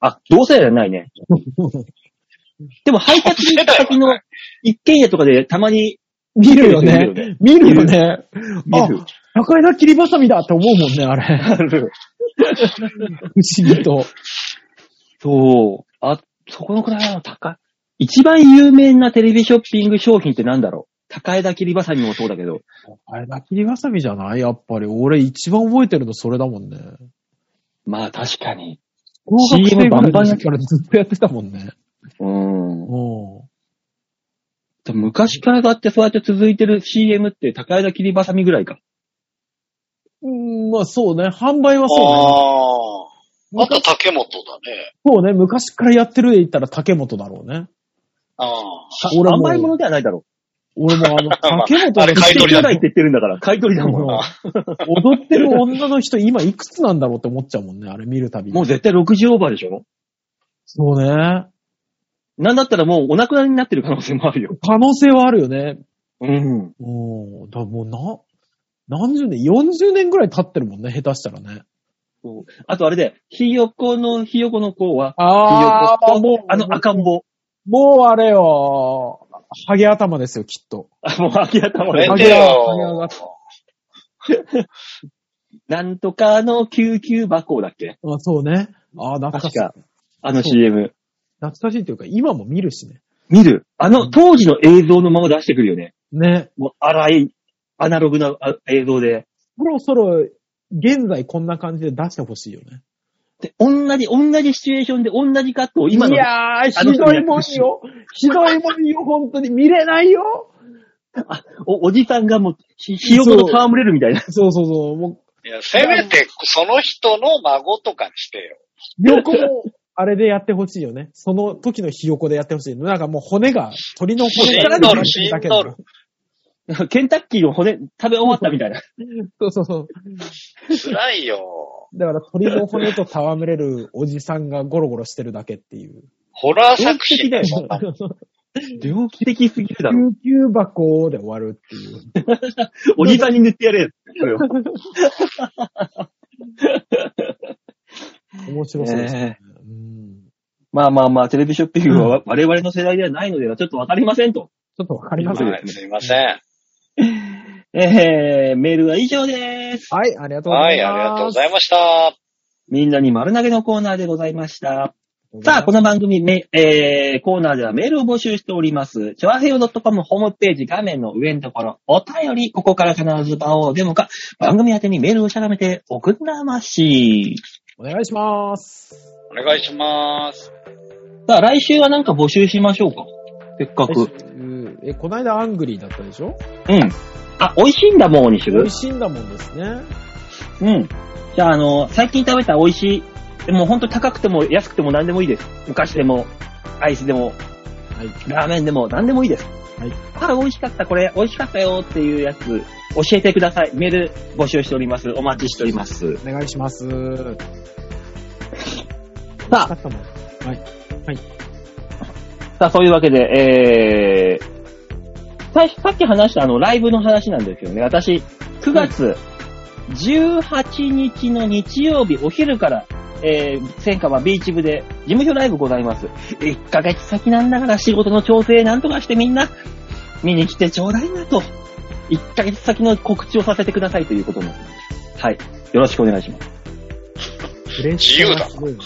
あ、同世代じゃないね。でも配達に行った先の一軒家とかでたまに
見るよ
見るよ
ね
ね。
見るよね。
見
あ
る、。
高枝切りばさみだって思うもんね、あれ。
ある
不思議と。
そう。あ、そこのくらいの高い。一番有名なテレビショッピング商品ってなんだろう高枝切りばさみもそうだけど。
あれだ、切りばさみじゃないやっぱり。俺一番覚えてるのそれだもんね。
まあ確かに。
小学生ぐ
CM バ
らい
ンバ
の
ンや
時からずっとやってたもんね。
うん。
うん。
昔からだってそうやって続いてる CM って高枝切りばさみぐらいか。
うん、まあそうね。販売はそうね。
ああ。あと竹本だね。
そうね。昔からやってるで言ったら竹本だろうね。
ああ。
俺も
甘いものではないだろ
俺 もあの、
まあ
竹本
あれ
の
買い取りだ
ぐらいって言ってるんだから、買い取りだもん。
うん 踊ってる女の人今いくつなんだろうって思っちゃうもんね。あれ見るたびに。
もう絶対60オーバーでしょ
そうね。
なんだったらもうお亡くなりになってる可能性もあるよ。
可能性はあるよね。
うん。
うん。だもうな、何十年、40年ぐらい経ってるもんね。下手したらね。
あとあれで、ひよこの、ひよこの子は、ひ
あ
よ
あ、
こと
もう、
あの赤ん坊。
もうあれよ。ハゲ頭ですよ、きっと。
あ、もう秋頭
や
で
め
あ。
て
上げ上が
よ
っ。
なんとかの救急箱だっけ
あそうね。ああ、懐かし
確
い。
か。あの CM。
懐かしいというか、今も見るしね。
見る。あの、当時の映像のまま出してくるよね。
ね。
もう荒い、アナログなあ映像で。
そろそろ、現在こんな感じで出してほしいよね。
で、同じ、同じシチュエーションで同じカットを今の
い、やー、
あの
ひどいもんよ。ひどいもんよ、本当に。見れないよ。
お、おじさんがもう、ひ、ひよこと戯れるみたいな。
そうそうそう。も
いや、せめて、その人の孫とかにして よ。
う、ひよこも、あれでやってほしいよね。その時のひよこでやってほしい。なんかもう骨が、鳥の骨が
しんどるしんどる
だけだ か
ケンタッキーの骨、食べ終わった みたいな。
らそうそうそう。
辛いよ。
だから鳥の骨と戯れるおじさんがゴロゴロしてるだけっていう。
ホラー
猟
作品
奇的だよ
そんなもん
猟奇的すぎるだろ。
救急箱で終わるっていう。
おじさんに塗ってやれよ。それを
面白そうですね。
ね
うん
まあまあまあ、テレビショッピングは我々の世代ではないのではちょっとわかりませんと。
ちょっとわかりますよ。
はい、すいません。はい、
えー、メールは以上です。
はい、ありがとうご
あ
ざ
り
います。
がとうございました。
みんなに丸投げのコーナーでございました。さあ、こ
の、
の番組、めえー、コーナーではメールを募集しております。チョアヘヨ .com ホームページ画面の上のところ、お便り、ここから必ず場をデモか、番組宛てにメールをしゃがめて送んなまし。
お願いします。
お願いします。
さあ、来週はなんか募集しましょうか。せっか
来
く。
週え、こないだアングリーだったでしょ
うん。あ、美味しいんだもんにす
美
る
味しいんだもんですね。
うん。じゃあ、あの、最近食べた美味しい、でも本当高くても安くても何でもいいです。昔でも、アイスでも、
はい。
ラーメンでも何でもいいです。
はい。
あ、美味しかった、これ、美味しかったよっていうやつ、教えてください。メール募集しております。お待ちしております。
お願いします。
さあ、
勝ったもん。
さあ、そういうわけで、えー、最初、さっき話したあの、ライブの話なんですよね。私、9月18日の日曜日お昼から、えー、戦火はビーチ部で事務所ライブございます。1ヶ月先なんだから仕事の調整なんとかしてみんな、見に来てちょうだいなと。1ヶ月先の告知をさせてくださいということになってます。はい。よろしくお願いします。
プレッシャーがすごいな。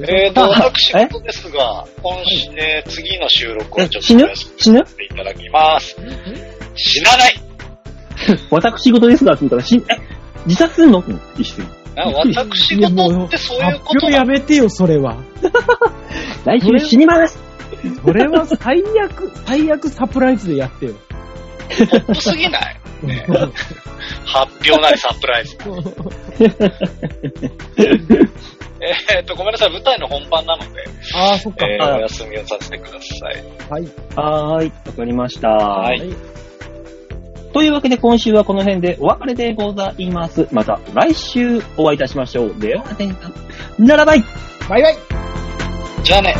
えーと、
あ
私
え
事ですが、今週、えー次の収録を
え
ちょっ
死
と
ぬ
やらせ
死ぬ
ていただきます。死なない
私事ですがって言ったら死ん、え自殺すんのうん一瞬。
な私事ってそういうこ
発
と
表
な
や
の
めてよ、それは。
来
そ
週
れ
死にます
それは最悪、最悪サプライズでや ってよ。
ポップすぎないね発表なりサプライズ。えーと、ごめんなさい、舞台の本番なので、
ああ、そっか。
えー
あ
お休みをさせてください。
はい。
はーい、わかりました。
は。
はいというわけで今週はこの辺でお別れでございます。また来週お会いいたしましょう。では、ならばい
バイバイ
じゃあね。